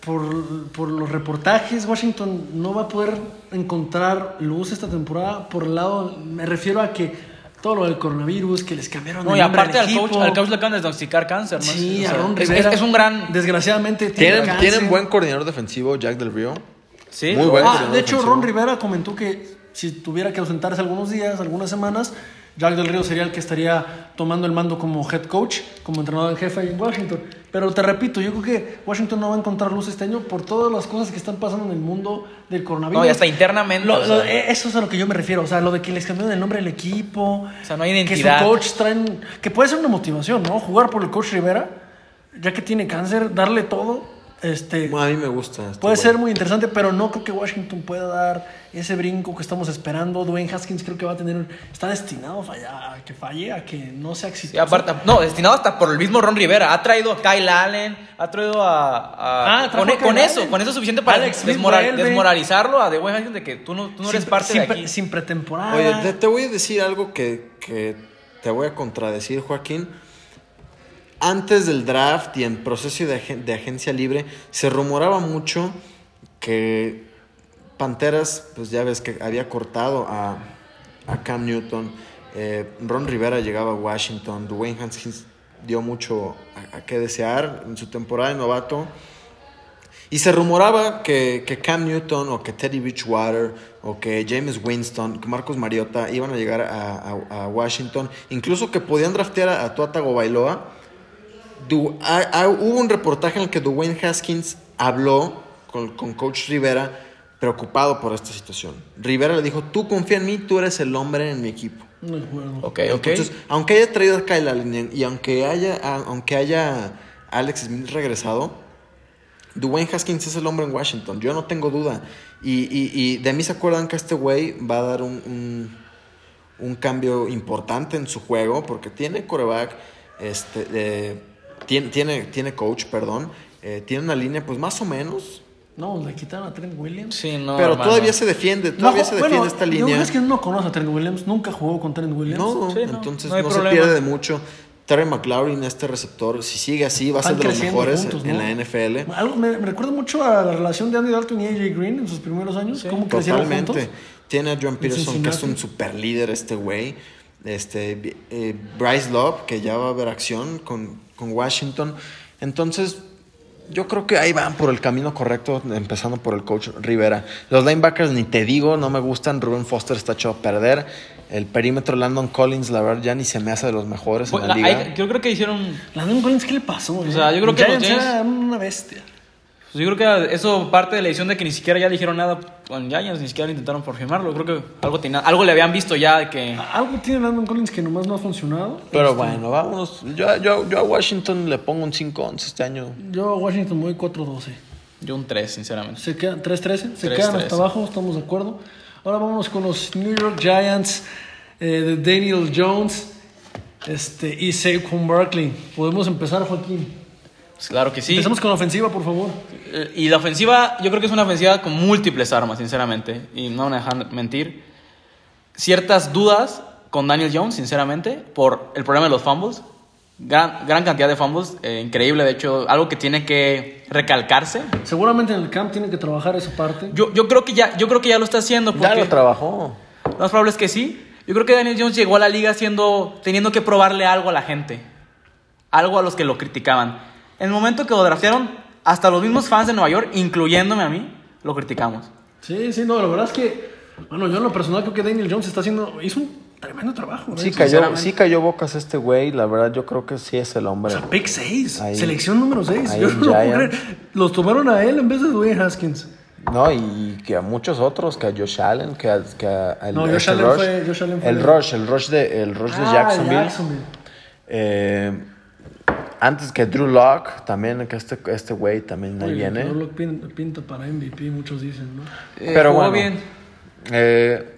por, por los reportajes. Washington no va a poder encontrar luz esta temporada por el lado. Me refiero a que todo lo del coronavirus, que les cambiaron No, el y nombre aparte al al equipo. coach, al coach le acaban de diagnosticar cáncer, ¿no? Sí, O sea, a Ron es, Rivera. es- es un gran... Desgraciadamente tiene Tienen, cáncer. tienen buen coordinador defensivo, Jack Del Río. Sí. Muy buen Ah, coordinador de hecho, defensivo. Ron Rivera comentó que si tuviera que ausentarse algunos días, algunas semanas, Jack del Río sería el que estaría tomando el mando como head coach, como entrenador en jefe ahí en Washington. Pero te repito, yo creo que Washington no va a encontrar luz este año por todas las cosas que están pasando en el mundo del coronavirus. No, y hasta internamente. Lo- o sea. lo- eh, eso es a lo que yo me refiero, o sea, lo de que les cambiaron el nombre del equipo. O sea, no hay identidad. Que su coach traen, que puede ser una motivación, ¿no? Jugar por el coach Rivera, ya que tiene cáncer, darle todo, este, A mí me gusta. este Puede güey. ser muy interesante, pero no creo que Washington pueda dar ese brinco que estamos esperando. Dwayne Haskins creo que va a tener. Está destinado a, fallar, a que falle, a que no sea exitoso. Sí, aparte, no, destinado hasta por el mismo Ron Rivera. Ha traído a Kyle Allen, ha traído a. a- Ah, trajo con, e- a Kyle con eso, Allen. con eso es suficiente para Alex Smith desmoral- vuelve. desmoralizarlo a The Way Haskins de que tú no, tú no eres sin, parte sin de pre- aquí. sin pretemporada. Oye, te, te voy a decir algo que, que te voy a contradecir, Joaquín. Antes del draft y en proceso de, agen- de agencia libre, se rumoraba mucho que Panteras, pues ya ves que había cortado a, a Cam Newton. eh, Ron Rivera llegaba a Washington. Dwayne Haskins dio mucho a- a qué desear en su temporada de novato. Y se rumoraba que, que Cam Newton o que Teddy Bridgewater o que James Winston, que Marcos Mariota iban a llegar a, a- a Washington, incluso que podían draftear a, a Tua Tagovailoa. Du- a- a- hubo un reportaje en el que Dwayne Haskins habló con, con Coach Rivera preocupado por esta situación. Rivera le dijo, tú confía en mí, tú eres el hombre en mi equipo. No me acuerdo. Ok, ok. Entonces, aunque haya traído a Kyle Allen y aunque haya, a- aunque haya Alex Smith regresado, Dwayne Haskins es el hombre en Washington, yo no tengo duda. Y, y- y de mí se acuerdan que este güey va a dar un, un- un cambio importante en su juego porque tiene coreback, este, eh, tiene, tiene, tiene coach, perdón, eh, tiene una línea pues más o menos, No, le quitaron a Trent Williams. sí, no, pero hermano. todavía se defiende, No, todavía se defiende bueno, esta Yo línea. creo que no conoce a Trent Williams, nunca jugó con Trent Williams. No, Sí, no, entonces no no, hay se problema. pierde de mucho. Terry McLaurin, este receptor, si sigue así, va a ser Están de los creciendo mejores juntos, en ¿no? la NFL. Algo, me, me recuerda mucho a la relación de Andy Dalton y AJ Green en sus primeros años. ¿Cómo crecieron Totalmente. juntos? Tiene a John Peterson, que es Cincinnati. un super líder este güey. Este, eh, Bryce Love, que ya va a haber acción con, con Washington. Entonces, yo creo que ahí van por el camino correcto, empezando por el coach Rivera. Los linebackers, ni te digo, no me gustan. Ruben Foster está hecho a perder. El perímetro Landon Collins, la verdad, ya ni se me hace de los mejores Pues, en la- la liga. hay- yo creo que hicieron. Landon Collins, ¿qué le pasó? O sea, yo creo que los Giants- era una bestia. pues, yo creo que eso parte de la edición de que ni siquiera ya le dijeron nada con Giants, ni siquiera intentaron por firmarlo. Creo que algo, tenía- algo le habían visto ya de que. Algo tiene Landon Collins que nomás no ha funcionado. Pero bueno, vámonos. Yo, yo, yo a Washington le pongo un 5-11 este año. Yo a Washington voy 4-12. Yo un 3, sinceramente. Se quedan 3-13, se 3-13. quedan hasta abajo, estamos de acuerdo. Ahora vámonos con los New York Giants eh, de Daniel Jones este, y Saquon Barkley. Podemos empezar, Joaquín. Pues, claro que sí. Empezamos con la ofensiva, por favor. Eh, Y la ofensiva, yo creo que es una ofensiva con múltiples armas, sinceramente. Y no me dejan mentir. Ciertas dudas con Daniel Jones, sinceramente, por el problema de los fumbles. Gran, gran cantidad de fumbles, eh, increíble, de hecho, algo que tiene que recalcarse. Seguramente en el camp tienen que trabajar esa parte. Yo, yo, creo, que ya, yo creo que ya lo está haciendo. Porque Ya lo trabajó. lo más probable es que sí. Yo creo que Daniel Jones llegó a la liga siendo, teniendo que probarle algo a la gente. Algo a los que lo criticaban. En el momento que lo draftearon, hasta los mismos fans de Nueva York, incluyéndome a mí, lo criticamos. Sí, sí, no, la verdad es que, bueno, yo en lo personal creo que Daniel Jones está haciendo, hizo un tremendo trabajo. ¿no? Sí cayó, Sinceramente. sí cayó bocas este güey. La verdad, yo creo que sí es el hombre. O sea, pick 6, Ahí. selección número 6. Ahí Yo no lo puedo Giants. creer. Los tomaron a él en vez de Dwayne Haskins. No, y, y que a muchos otros, que a Josh Allen, que a, que a- al- No, Josh este Allen Rush. fue- Josh Allen fue- el Rush, el Rush de, el Rush de Ah, Jacksonville. Jacksonville. Eh, antes que Drew Locke, también, que este este güey también ahí Oye, viene. no lo pin- pinta para MVP, muchos dicen, ¿no? Eh, Pero jugó bueno. Eh,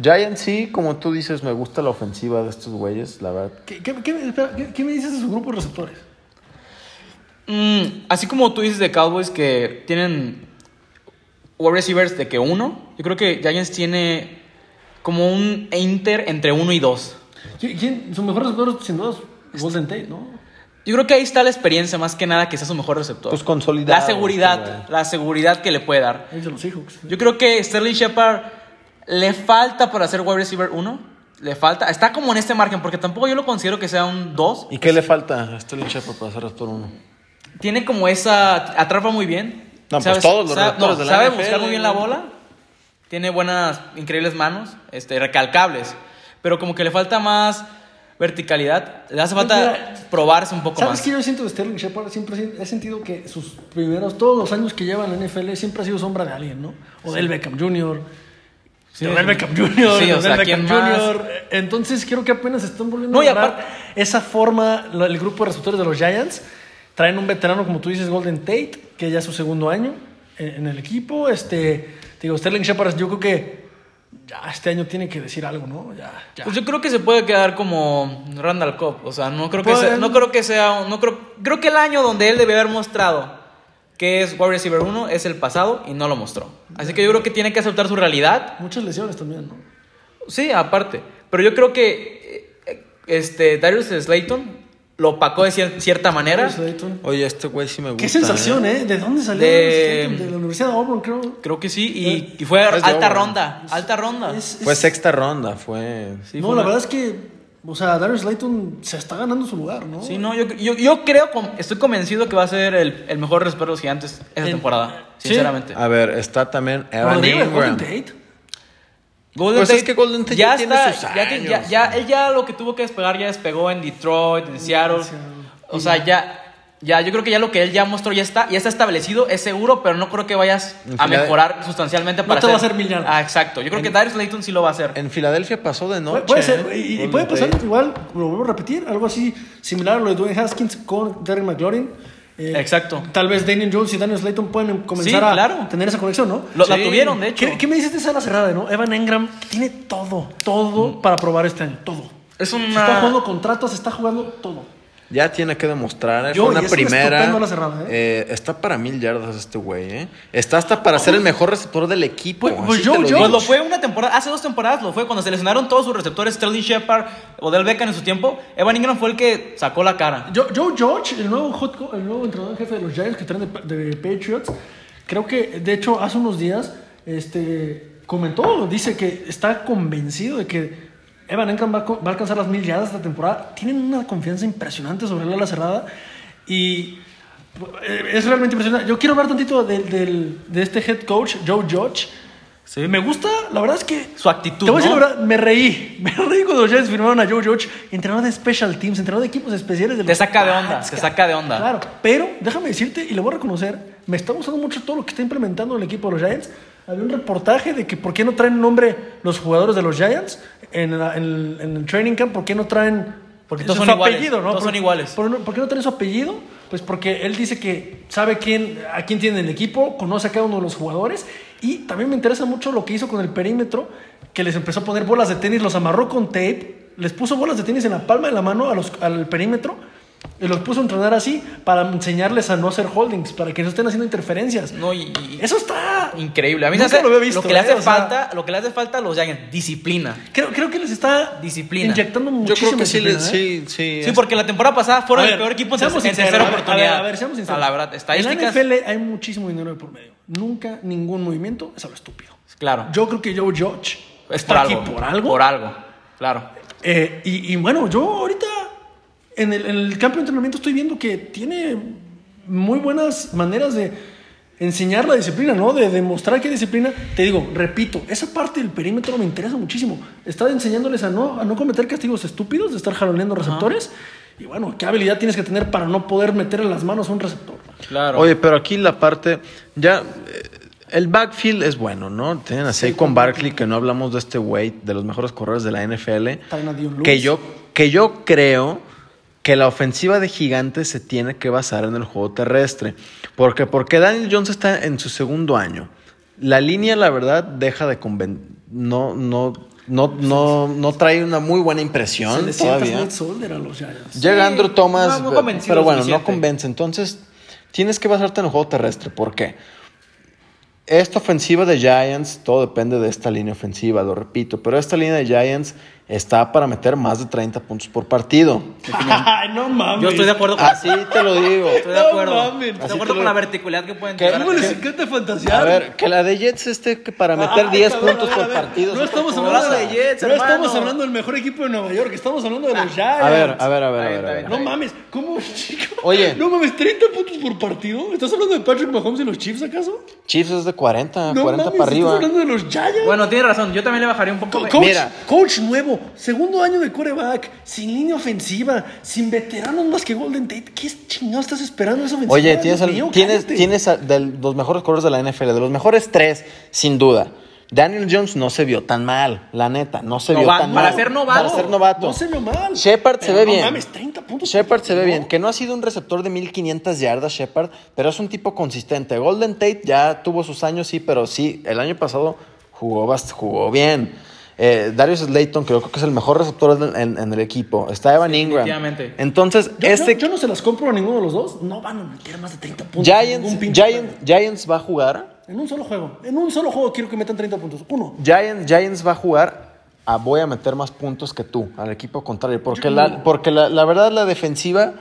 Giants sí, como tú dices, me gusta la ofensiva de estos güeyes, la verdad. ¿Qué, qué- qué- espera, qué- qué me dices de su grupo de receptores? Mm, así como tú dices de Cowboys que tienen wide receivers de que uno. Yo creo que Giants tiene como un inter entre uno y dos. ¿Qui- ¿Quién? Su mejor receptor, sin duda, es Golden Tate, ¿no? Yo creo que ahí está la experiencia más que nada que sea su mejor receptor. Pues consolidado, La este seguridad, güey. la seguridad que le puede dar. Es de los Seahawks. Yo creo que Sterling Shepard le falta para ser wide receiver 1. Le falta. Está como en este margen, porque tampoco yo lo considero que sea un 2. ¿Y qué le falta a Sterling Shepard para hacer por uno? Tiene como esa. Atrapa muy bien. No, pues todos los receptores de la Sabe NFL, buscar muy bien la güey. bola. Tiene buenas, increíbles manos. Este, recalcables. Pero como que le falta más verticalidad. Le hace falta Pues Mira, probarse un poco ¿Sabes más. qué yo siento de Sterling Shepard? Siempre he sentido que sus primeros, todos los años que lleva en la NFL, siempre ha sido sombra de alguien, ¿no? O del Beckham Jr., Sí. del Beckham Jr., Sí, o del sea, Beckham ¿quién más? Jr.. Entonces creo que apenas están volviendo No, y a ganar aparte- esa forma, lo- el grupo de receptores de los Giants. Traen un veterano, como tú dices, Golden Tate, que ya es su segundo año en, en el equipo. Este, te digo, Sterling Shepard, yo creo que ya este año tiene que decir algo, ¿no? Ya, ya. Pues yo creo que se puede quedar como Randall Cobb. O sea, no creo que Pueden. sea, no creo que sea, un- no creo, creo que el año donde él debe haber mostrado que es wide receiver 1 es el pasado y no lo mostró. Así que yo creo que tiene que aceptar su realidad. Muchas lesiones también, ¿no? Sí, aparte. Pero yo creo que eh, este Darius Slayton lo opacó de cier- cierta Pues, manera. Slayton. Oye, este güey sí me gusta. Qué sensación, ¿eh? ¿De dónde salió? De- De, la Universidad de Auburn, creo. Creo que sí y, y fue Es de alta Auburn. ronda, alta ronda. Es- Fue es- sexta ronda, fue. Sí, no, fue la una- verdad es que, o sea, Darius Slayton se está ganando su lugar, ¿no? Sí, no, yo, yo, yo creo, con- estoy convencido que va a ser el, el mejor receptor de los gigantes esta En- temporada, sí. sinceramente. A ver, está también Evan Rodrigo de Golden Ingram. Tate. Golden Pues es que Golden Tate ya tiene sus ya, ti- ya- años. ya- él ya lo que tuvo que despegar ya despegó en Detroit, en Seattle. Seattle. O sea, ya, ya, yo creo que ya lo que él ya mostró ya está, ya está establecido, es seguro, pero no creo que vayas En a Filade- mejorar sustancialmente para te va a ser- hacer millonario. Ah, exacto. Yo creo que Darius Layton sí lo va a hacer. En Filadelfia pasó de noche. Pu- Puede ¿eh? ser, y, y Golden puede pasar Tate. igual, lo vuelvo a repetir, algo así similar a lo de Dwayne Haskins con Terry McLaurin. Eh, Exacto. Tal vez Daniel Jones y Daniel Slayton pueden em, comenzar Sí, a claro. tener esa conexión, ¿no? Lo- La Sí. tuvieron, de hecho. ¿Qué, qué me dices de esa ala cerrada, no? Evan Engram tiene todo, todo para probar este año, todo. Es Se está Mm. una... jugando contratos, se está jugando todo. Ya tiene que demostrar. ¿eh? Yo, Fue y una es un primera. estupendo ala cerrada, Eh, está para mil yardas este güey, ¿eh? Está hasta para ser el mejor receptor del equipo. Ah, Pues- pues así yo- te lo yo- digo. Pues lo fue una temporada, hace dos temporadas lo fue, cuando se lesionaron todos sus receptores, Sterling Shepard, Odell Beckham en su tiempo, Evan Ingram fue el que sacó la cara. Ah, Joe, Joe George, el nuevo, hot co- el nuevo entrenador en jefe de los Giants que traen de, de Patriots, creo que, de hecho, hace unos días este, comentó, dice que está convencido de que Evan Engram va a, co- va a alcanzar las mil yardas esta temporada. Tienen una confianza impresionante sobre el ala cerrada y eh, es realmente impresionante. Yo quiero hablar tantito del- del- de este head coach, Joe George. Sí. Me gusta, la verdad es que Su actitud, Te voy a decir ¿no? la verdad, me reí. Me reí cuando los Giants firmaron a Joe George, entrenador de special teams, entrenador de equipos especiales de Te los saca de onda, Pats, te cara. saca de onda. Claro, pero déjame decirte y le voy a reconocer, me está gustando mucho todo lo que está implementando el equipo de los Giants. Había un reportaje de que por qué no traen nombre los jugadores de los Giants en, la- en el- en el training camp, por qué no traen Porque todos su son iguales, apellido, ¿no? todos Por- son iguales. ¿Por, no- por qué no traen su apellido? Pues porque él dice que sabe quién, a quién tiene el equipo, conoce a cada uno de los jugadores y también me interesa mucho lo que hizo con el perímetro, que les empezó a poner bolas de tenis, los amarró con tape, les puso bolas de tenis en la palma de la mano a los- al perímetro y los puso a entrenar así para enseñarles a no hacer holdings, para que no estén haciendo interferencias. No, y, y- Eso está... increíble. A mí Nunca se hace- lo había visto, que le eh, hace o sea- falta, lo que le hace falta a los Giants, disciplina. Creo, creo que les está Disciplina. inyectando Yo muchísima creo que sí, le- disciplina, ¿eh? sí, sí. Sí, porque la temporada pasada fueron A el ver, peor equipo en, Ah, seamos terc- en sinceros, tercera a ver, oportunidad. A ver, a ver, seamos sinceros. A la verdad, estadísticas. En la NFL hay muchísimo dinero de por medio. Nunca ningún movimiento es a lo estúpido. Claro. Yo creo que Joe Judge es por está aquí algo. por algo. Por algo. Claro. Eh, y, y bueno, yo ahorita en el, en el campo de entrenamiento estoy viendo que tiene muy buenas maneras de enseñar la disciplina, ¿no? De demostrar que hay disciplina. Te digo, repito, esa parte del perímetro me interesa muchísimo. Está enseñándoles a no, a no cometer castigos estúpidos, de estar jaloneando receptores. Y bueno, ¿qué habilidad tienes que tener para no poder meter en las manos a un receptor? Claro. Oye, pero aquí la parte. Ya. eh, El backfield es bueno, ¿no? Tienen a Saquon Barkley, que no hablamos de este güey, de los mejores corredores de la NFL. Traen a Dion Lewis. Que yo, que yo creo que la ofensiva de gigantes se tiene que basar en el juego terrestre. Porque, porque Daniel Jones está en su segundo año. La línea, la verdad, deja de conven... No, no, no, no, no trae una muy buena Se impresión le sienta todavía. Smith Solder a los Giants. Llega Sí, Andrew Thomas, no, no pe- convencido pero bueno, no suficiente. convence. Entonces, tienes que basarte en el juego terrestre. ¿Por qué? esta ofensiva de Giants, todo depende de esta línea ofensiva, lo repito, pero esta línea de Giants está para meter más de 30 puntos por partido. Ay, no mames. Yo estoy de acuerdo con Así te lo digo. Estoy de No acuerdo. mames. Estoy Así de te acuerdo lo- con la verticalidad que pueden ¿Qué? tener. ¿Cómo les encanta fantasear? A ver, que la de Jets esté que para Ay, meter 10 cabrón, puntos a ver, por a ver. partido. No es otra estamos cosa. hablando de de Jets, No estamos hermano. hablando del mejor equipo de Nueva York, estamos hablando de los Giants. A ver, a ver, a ver, a Está bien, ver, a ver. está No mames, ¿cómo, chico? Oye. No mames, 30 puntos por partido. ¿Estás hablando de Patrick Mahomes y los Chiefs acaso? Chiefs es de 40, No 40 mames, para Ah, arriba. ¿estás hablando de los Giants? Bueno, tiene razón. Yo también le bajaría un poco. Co- de- Coach, Mira. coach nuevo, segundo año de coreback, sin línea ofensiva, sin veteranos más que Golden Tate. ¿Qué chingados estás esperando de esa ofensiva? Oye, Dios tienes, al- mío, tienes, cállate. tienes a- de los mejores corredores de la NFL, de los mejores tres, sin duda. Daniel Jones no se vio tan mal, la neta, no se vio Novato. tan mal. Para ser novato. Para ser novato. No se vio mal. Shepard se Pero ve no bien. mames, 30 puntos por Shepard se ve partido. bien, que no ha sido un receptor de 1500 yardas, Shepard, pero es un tipo consistente. Golden Tate ya tuvo sus años, sí, pero sí, el año pasado jugó, bast- jugó bien. Eh, Darius Slayton, que yo creo que es el mejor receptor del- en, en el equipo. Está Evan Ingram. definitivamente. Entonces, Yo, este. yo- yo no se las compro a ninguno de los dos. No van a meter más de 30 puntos. en Giants, ningún pinche Giants- Giants va a jugar. juego. En un solo juego. En un solo juego quiero que metan 30 puntos. Uno. Giants, Giants va a jugar a voy a meter más puntos que tú al equipo contrario. Porque, la, porque la, la verdad, la defensiva,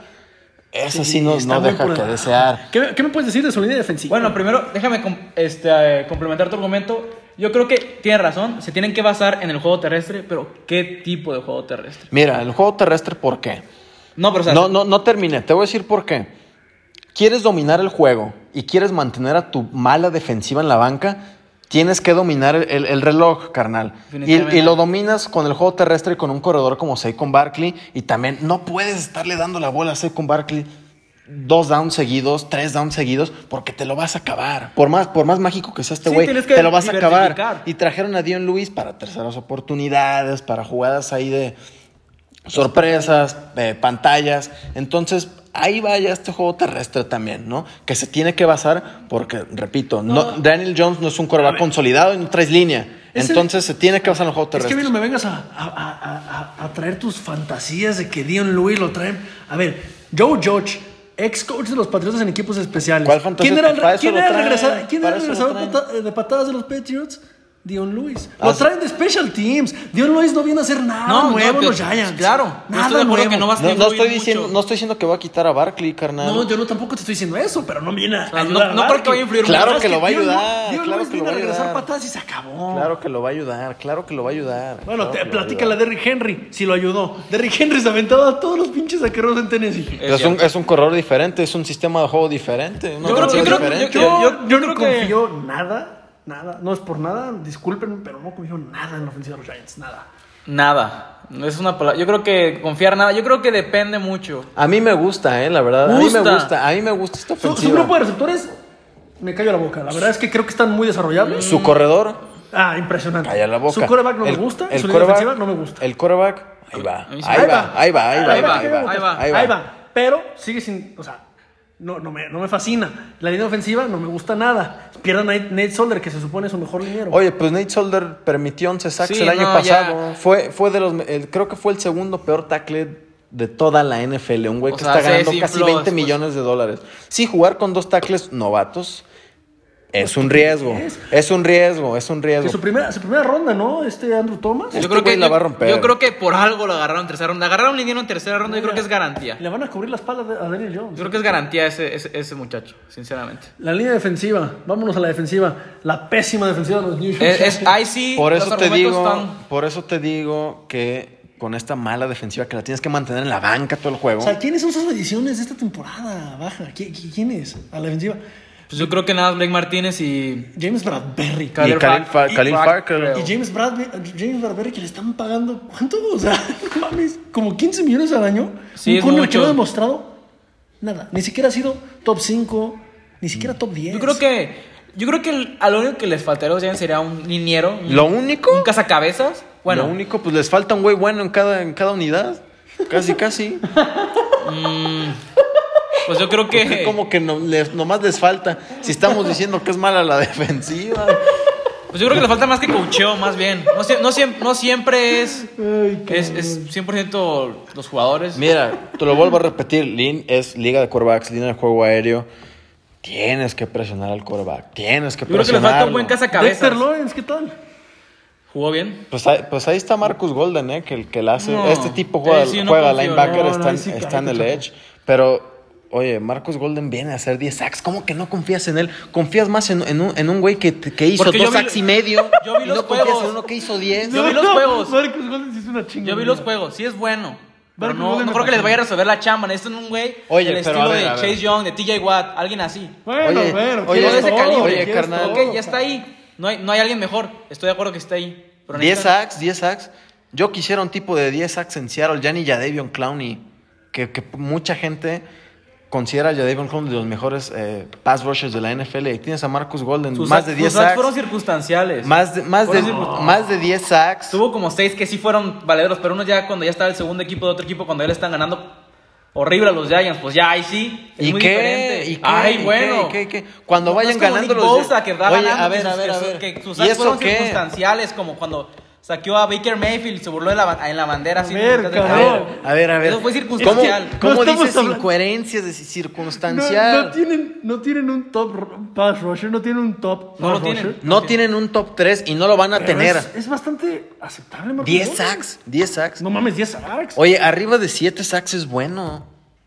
esa sí, no, Está no muy deja por que debajo. desear. ¿Qué, qué me puedes decir de su línea defensiva? Bueno, primero, déjame com- este, eh, complementar tu argumento. Yo creo que tiene razón. Se tienen que basar en el juego terrestre, pero ¿qué tipo de juego terrestre? Mira, el juego terrestre, ¿por qué? No, pero o sea, No, no, no terminé. Te voy a decir por qué. Quieres dominar el juego y quieres mantener a tu mala defensiva en la banca, tienes que dominar el, el- el reloj, carnal. Y, Definitivamente. y lo dominas con el juego terrestre y con un corredor como Saquon Barkley. Y también no puedes estarle dando la bola a Saquon Barkley dos downs seguidos, tres downs seguidos, porque te lo vas a acabar. Por más, por más mágico que sea este Sí, güey, tienes que te lo vas a acabar. diversificar. Y trajeron a Dion Lewis para terceras oportunidades, para jugadas ahí de sorpresas, eh, pantallas. Entonces, ahí va ya este juego terrestre también, ¿no? Que se tiene que basar porque, repito, no, Daniel Jones no es un corredor consolidado y no traes línea. Ese- Entonces, se tiene que basar en el juego Es que a terrestre. mí no me vengas a, a- a- a- a- a traer tus fantasías de que Dion Lewis lo traen. A ver, Joe George, ex coach de los Patriotas en equipos especiales. ¿Cuál fantasía? ¿Quién era, el- Para eso quién lo era el traen, regresa- quién era para el eso lo regresador traen. pata- de patadas de los Patriots? Dion Lewis. Ah, Lo sí. traen de Special Teams. Dion Lewis no viene a hacer nada No, no, nuevo en yo- los Giants. claro. Yo Nada estoy de acuerdo nuevo. que no vas- No, no estoy influye diciendo, mucho. no estoy diciendo que va a quitar a Barkley, carnal. No, yo no tampoco te estoy diciendo eso, pero no viene a sea, no- ayudar no creo Barkley. que vaya a influir Claro mucho. que lo va a Es Dion- ayudar, Dion claro Lewis que lo viene a va a regresar ayudar. patadas y se acabó. Claro que lo va a ayudar, claro que lo va a ayudar. claro Bueno, te, que lo va a platica la ayudar. Derrick Henry, si lo ayudó. Derrick Henry se aventaba a todos los pinches saqueros en Tennessee. Es un, es un corredor diferente, es un sistema de juego diferente. una Yo creo- yo ofensiva creo- diferente. yo- yo- no creo que- confío nada, nada. No es por nada, disculpen, pero no confío nada en la ofensiva de los Giants, nada. nada. No Es una palabra. Yo creo que confiar nada. Yo creo que depende mucho. A mí me gusta, eh, la verdad. A mí me Gusta. gusta, a mí me gusta esta Su, ofensiva. su grupo de receptores, me callo la boca. La verdad es que creo que están muy desarrollables. Su corredor, Ah, impresionante. Calla la boca. Su coreback no El- me gusta, el su línea quarterback- ofensiva no me gusta. El coreback, ahí va. A mí sí. Ahí va, ahí va, ahí va, ahí va, ahí va, ahí va. Ahí va. Pero sigue sin, o sea, no, no, me, no me fascina. La línea ofensiva no me gusta nada. Pierdan a Nate Solder, que se supone es su mejor liniero. Oye, pues Nate Solder permitió 11 sacks Sí, el año no, pasado. ya. Fue, fue de los, el- creo que fue el segundo peor tackle de toda la NFL. Un güey O que sea, está se ganando desinfló casi 20 después. millones de dólares. Sí, jugar con dos tackles novatos Pues, es un riesgo. es? Es un riesgo, es un Que riesgo. su primera, su primera ronda, ¿no? Este Andrew Thomas. Este yo creo que güey la yo- va a romper. Yo creo que por algo lo agarraron en tercera ronda. Agarraron liniero en tercera ronda, yo creo que es garantía. Le van a cubrir la espalda de- a Daniel Yo Jones. creo que es garantía ese, ese, ese muchacho, sinceramente. La línea defensiva, vámonos a la defensiva. La pésima defensiva de los New York Es, es- Giants. ahí sí, Por los eso te argumentos digo, están- por eso te digo que con esta mala defensiva que la tienes que mantener en la banca todo el juego. O sea, ¿quiénes son sus ediciones de esta temporada baja? ¿Qui- qui- ¿Quién es? A la defensiva. Pues yo creo que nada más Blake Martínez y. James Bradberry. y Khalil, Fa- Fa- y Khalil Fa- Farker. creo. Y James, Bradbe- James Bradberry que le están pagando, ¿cuánto? O sea, no mames, como 15 millones al año. Sí, un es corner que mucho. no ha demostrado nada. Ni siquiera ha sido top 5, ni siquiera top 10. Yo creo que. Yo creo que el- a lo único que les faltaría a los Giants sería un liniero. un- Lo único. Un cazacabezas. Bueno, Lo único, pues les falta un güey bueno en cada, en cada unidad. Casi, casi. pues yo creo que. Como que no, les, nomás les falta. Si estamos diciendo que es mala la defensiva. Pues yo creo que le falta más que cocheo, más bien. No, sie- no, siem- no siempre es, es, es 100% los jugadores. Mira, te lo vuelvo a repetir. Lin es liga de quarterbacks, línea de juego aéreo. Tienes que presionar al quarterback. Tienes que Yo creo que le presionar. falta un buen Dexter cazacabezas. Lawrence, ¿qué tal? ¿Jugó bien? Pues ahí, pues ahí está Marcus Golden, ¿eh? que el que la hace. No. Este tipo juega, Eh, sí, no juega confío, linebacker, no, no, está, en- ahí sí, está en el cállate, edge. Pero, oye, Marcus Golden viene a hacer 10 sacks. ¿Cómo que no confías en él? Confías más en, en un, en un güey que, que hizo Porque yo dos vi- sacks y medio. yo vi y los no confías juegos. en uno que hizo 10. Yo vi los juegos. Marcus Golden sí es una chingada. Yo vi los juegos, sí es bueno. Pero Marcus no, Golden no me creo que les fascina. vaya a resolver la chamba. Necesitan un güey Oye, del pero a estilo ver, de a ver. Chase Young, de TJ Watt, alguien así. Bueno, Oye, pero oye, ¿quieres oye, todo? oye, ¿Quieres carnal. todo? Ok, ya está ahí. No hay, no hay alguien mejor. Estoy de acuerdo que está ahí. Pero 10 necesitan- sacks, 10 sacks. Yo quisiera un tipo de 10 sacks en Seattle, ya ni Jadavion Clowney, que, que mucha gente considera a Jadavion Clowney de los mejores eh, pass rushers de la NFL. Y tienes a Marcus Golden, sus más sac- de sus 10 sacks sacks. fueron circunstanciales. Más de, más, de, Fueron circun- más de 10 sacks. Tuvo como seis que sí fueron valederos, pero uno ya cuando ya estaba el segundo equipo de otro equipo, cuando ya le están ganando horrible a los Giants, pues ya ahí sí. Es ¿Y muy qué? diferente. ¿Y qué? ¿Y Ay, qué? bueno. ¿Y qué? ¿Y qué? Cuando No vayan es como ganando Nick los- Bosa, que va Oye, ganando, a ver, que a sus- ver, que a sus- ver. que sus ¿Y actos eso fueron qué? circunstanciales, como cuando saqueó a Baker Mayfield, se burló de la, ba- en la bandera. Así, A ver, de- A cabrón. ver, a ver, a ver. Eso fue circunstancial. ¿Cómo, cómo No estamos dices hablando- incoherencias de No, circunstancial? no tienen, no tienen un top ro- pass rusher, no tienen un top No pass lo tienen. rusher. No tienen un top 3 y no lo van a Pero tener. Es, es bastante aceptable, Marcus 10 Golden. sacks, 10 sacks. No mames, 10 sacks. Oye, arriba de 7 sacks es bueno.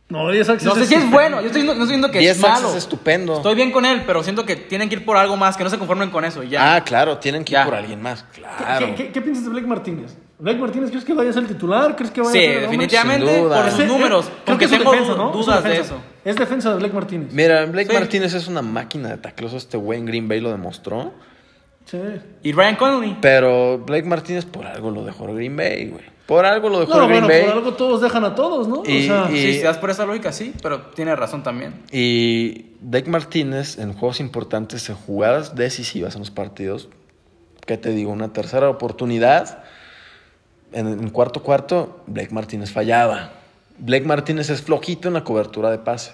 No, 10 sacks. este No sé si es bueno, yo estoy, diciendo- no estoy diciendo que 10 es sacks malo. es estupendo. Estoy bien con él, pero siento que tienen que ir por algo más, que no se conformen con eso. y Ya. Ah, claro, tienen que ir Ya. por alguien más. ¿Qué- Claro. ¿Qué, qué, qué piensas de Blake Martínez? ¿Blake Martínez crees que vaya a ser el titular? ¿Crees que vaya sí, a ser el hombre? definitivamente, Sin duda. por sus Sí, eh, números. creo Porque que es su tengo defensa, ¿no? Es su dudas de defensa. eso. Es defensa de Blake Martínez. Mira, Blake Sí. Martínez es una máquina de tacleos. Este buen Green Bay lo demostró. Sí. Y Ryan Conley. Pero Blake Martínez por algo lo dejó Green Bay, güey. Por algo lo dejó No, Green bueno, Bay. por algo todos dejan a todos, ¿no? Y- o sea, y- Sí, si das por esa lógica, sí, pero tiene razón también. Y Blake Martínez en juegos importantes, en jugadas decisivas en los partidos, ¿qué te digo? Una tercera oportunidad. En el cuarto cuarto, Blake Martínez fallaba. Blake Martínez es flojito en la cobertura de pase.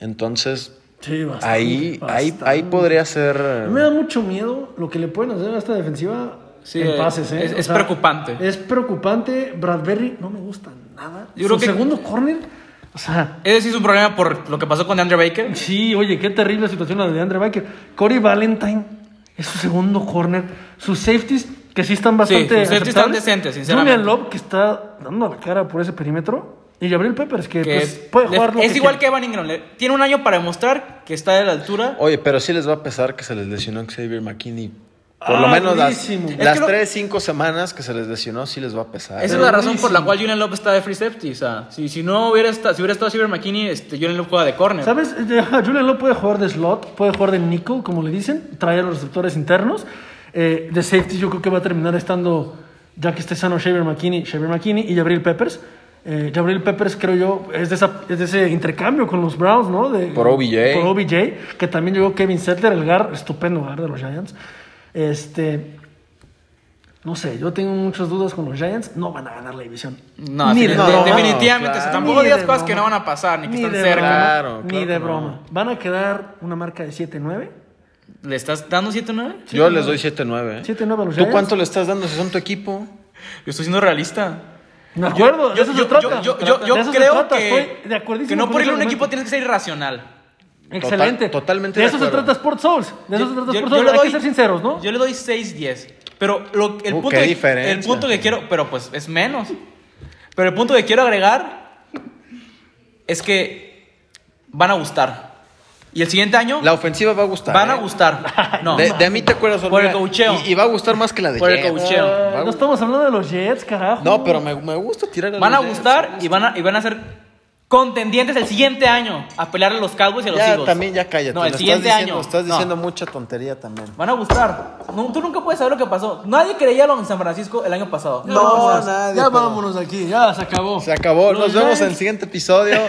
Entonces, sí, bastante, ahí, ahí, bastante. ahí podría ser... A mí Me da mucho miedo lo que le pueden hacer a esta defensiva Sí, en eh, pases, ¿eh? es- O es preocupante. Es preocupante. Bradbury no me gusta nada. Yo creo Su que- segundo corner, o sea... Ese sí es un problema por lo que pasó con Andrew Baker. Sí, oye, qué terrible situación la de Andre Baker. Corey Valentine es su segundo corner. Sus safeties, que sí están bastante. sus safeties están aceptables. decentes, sinceramente. Julian Love, que está dando la cara por ese perímetro. Y Gabriel Peppers, que, que pues, puede le- jugar. lo es igual que quiera. Evan Ingram. le- tiene un año para demostrar que está de la altura. Oye, pero sí les va a pesar que se les lesionó Xavier McKinney. Por Ah, lo menos las, durísimo. Es las que lo- tres, cinco semanas que se les lesionó, sí les va a pesar. ¿eh? Esa es Pero la razón por la buenísimo. cual Julian Love está de free safety. O sea, si, si no hubiera estado, si hubiera estado Cyber McKinney, este, Julian Love juega de corner. ¿Sabes? Eh, ajá, Julian Love puede jugar de slot, puede jugar de nickel, como le dicen. Trae a los receptores internos. Eh, de safety, yo creo que va a terminar estando. Ya que esté sano Xavier McKinney, Xavier McKinney y Gabriel Peppers. Eh, Gabriel Peppers, creo yo, es de, esa- es de ese intercambio con los Browns, ¿no? De, Por OBJ. Por OBJ, que también llegó Kevin Settler, el GAR, estupendo GAR de los Giants. Este. No sé, yo tengo muchas dudas con los Giants. No van a ganar la división. No, Ni de defini- de- broma. definitivamente. o sea, claro. tampoco Ni de digas cosas que no broma. van a pasar, ni que están de cerca. broma, Claro, ni claro de que no. broma. Van a quedar una marca de 7-9. ¿Le estás dando 7-9? Yo les doy 7-9. ¿eh? 7-9 a los ¿Tú Giants. cuánto le estás dando si son tu equipo? Yo estoy siendo realista. Me acuerdo, de Yo, eso yo- se trata. yo- yo- yo De eso se creo trata, que, estoy de acuerdísimo que no con por ir a ese un equipo argumento. tienes que ser irracional. Excelente. Total- totalmente De de eso se acuerdo. trata Sports Souls. De eso se trata Sports le Souls. Hay doy- que ser sinceros, ¿no? Yo le doy 6-10. Pero lo- el, Uh, punto qué que, diferencia. el punto que quiero. Pero pues es menos. Pero el punto que quiero agregar es que van a gustar. Y el siguiente año La ofensiva va a gustar. van a ¿eh? gustar. No. De, de mí te acuerdas Por el Olvera. coacheo. Y, y va a gustar más que la de Por el Jets. coacheo. Va a No gustar. estamos hablando de los Jets, carajo. No, pero me, me gusta tirar Van a los Jets. gustar y van a, y van a ser contendientes el siguiente año a pelear a los Cowboys y a los Ya, Eagles. también ya cállate. No, el lo siguiente estás diciendo, año. Estás No. diciendo mucha tontería también. Van a gustar. No, tú nunca puedes saber lo que pasó. Nadie creía lo en San Francisco el año pasado. No, vámonos. nadie, Ya pero- vámonos de aquí, ya se acabó. Se acabó. Nos Los vemos en el Giants. siguiente episodio.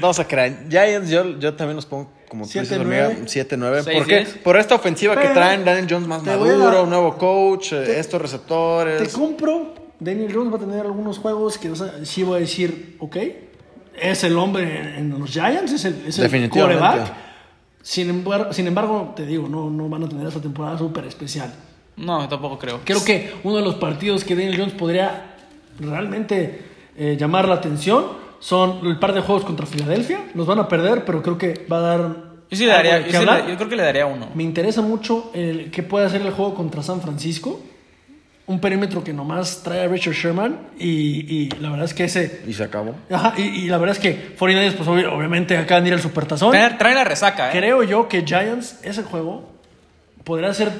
No se crean. Giants, yo, yo también los pongo como tú dices, 7-9. hormiga, 7-9. Seis, ¿Por qué? diez. Por esta ofensiva que Pero traen Daniel Jones más te voy a- maduro, un nuevo coach, eh, te- estos Te Pues, receptores. compro. Daniel Jones va a tener algunos juegos que o sea, sí voy a decir, ok, es el hombre en, en los Giants, es el, es el Definitivamente. quarterback. Sin embargo, sin embargo, te digo, no, no van a tener esta temporada súper especial. No, tampoco creo. Creo que uno de los partidos que Daniel Jones podría realmente eh, llamar la atención son el par de juegos contra Filadelfia. Los van a perder, pero creo que va a dar. Yo sí le daría, algo de yo, Ah, qué sí le- hablar. yo creo que le daría uno. Me interesa mucho el qué puede hacer el juego contra San Francisco. Un perímetro que nomás trae a Richard Sherman. Y, y la verdad es que ese. Y se acabó. Ajá, y, y la verdad es que 49ers, pues obvi- obviamente acaban de ir al supertazón. Trae, trae la resaca, ¿eh? Creo yo que Giants, ese juego, podría ser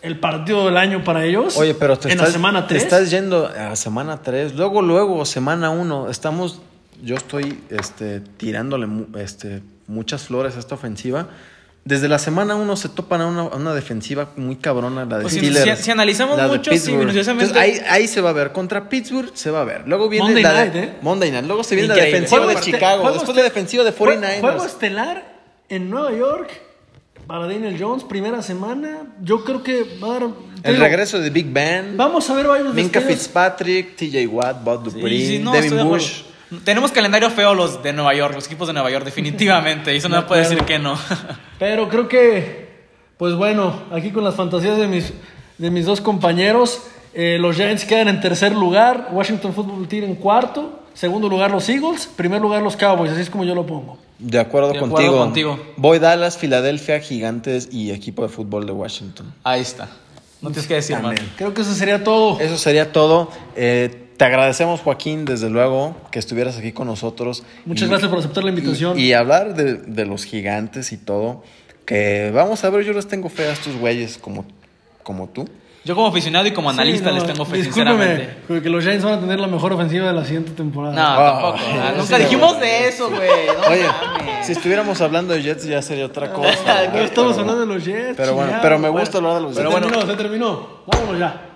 el partido del año para ellos. Oye, pero te, en estás, la semana te 3. estás yendo a semana 3, luego, luego, semana 1. Estamos, yo estoy este, tirándole mu- este, muchas flores a esta ofensiva. Desde la semana 1 se topan a una, a una defensiva muy cabrona, la de Pues si- Steelers. si- si analizamos la de mucho, sí, Pittsburgh. minuciosamente. Entonces, ahí, ahí se va a ver. Contra Pittsburgh se va a ver. Luego viene Monday la de- Night, ¿eh? Monday Night. Luego se viene Increíble. la defensiva de Juego este- Chicago. juego Después este- la defensiva de Juego este, 49ers. estelar en Nueva York para Daniel Jones, primera semana. Yo creo que va a dar. te El digo, regreso de Big Ben. Vamos a ver varios Minka destellos. Fitzpatrick, TJ Watt, Bob Dupree, Sí, sí, no, estoy Devin de Bush. acuerdo. Tenemos calendario feo los de Nueva York, los equipos de Nueva York, definitivamente. Y eso no puede decir que no. Pero creo que, pues bueno, aquí con las fantasías de mis, de mis dos compañeros, eh, los Giants quedan en tercer lugar, Washington Football Team en cuarto, segundo lugar los Eagles, primer lugar los Cowboys, así es como yo lo pongo. De acuerdo, De acuerdo contigo. contigo. Voy Dallas, Filadelfia, Gigantes y equipo de fútbol de Washington. Ahí está. No tienes que decir, más. Amén. Creo que eso sería todo. Eso sería todo. Eh, te agradecemos, Joaquín, desde luego, que estuvieras aquí con nosotros. Muchas gracias por aceptar la invitación. Y, y hablar de, de los gigantes y todo. Que vamos a ver, yo les tengo fe a estos güeyes como, como tú. Yo como aficionado y como analista Sí, no, les tengo fe, discúlpeme, sinceramente. que los Giants van a tener la mejor ofensiva de la siguiente temporada. No, Ah, tampoco. ah, sí, nunca sí, dijimos de eso, güey. No Oye, mames. si estuviéramos hablando de Jets ya sería otra cosa. No estamos Pero- hablando de los Jets. Pero bueno, chingado, pero me bueno. gusta hablar de los Pero Jets. bueno, se terminó. Vámonos ya.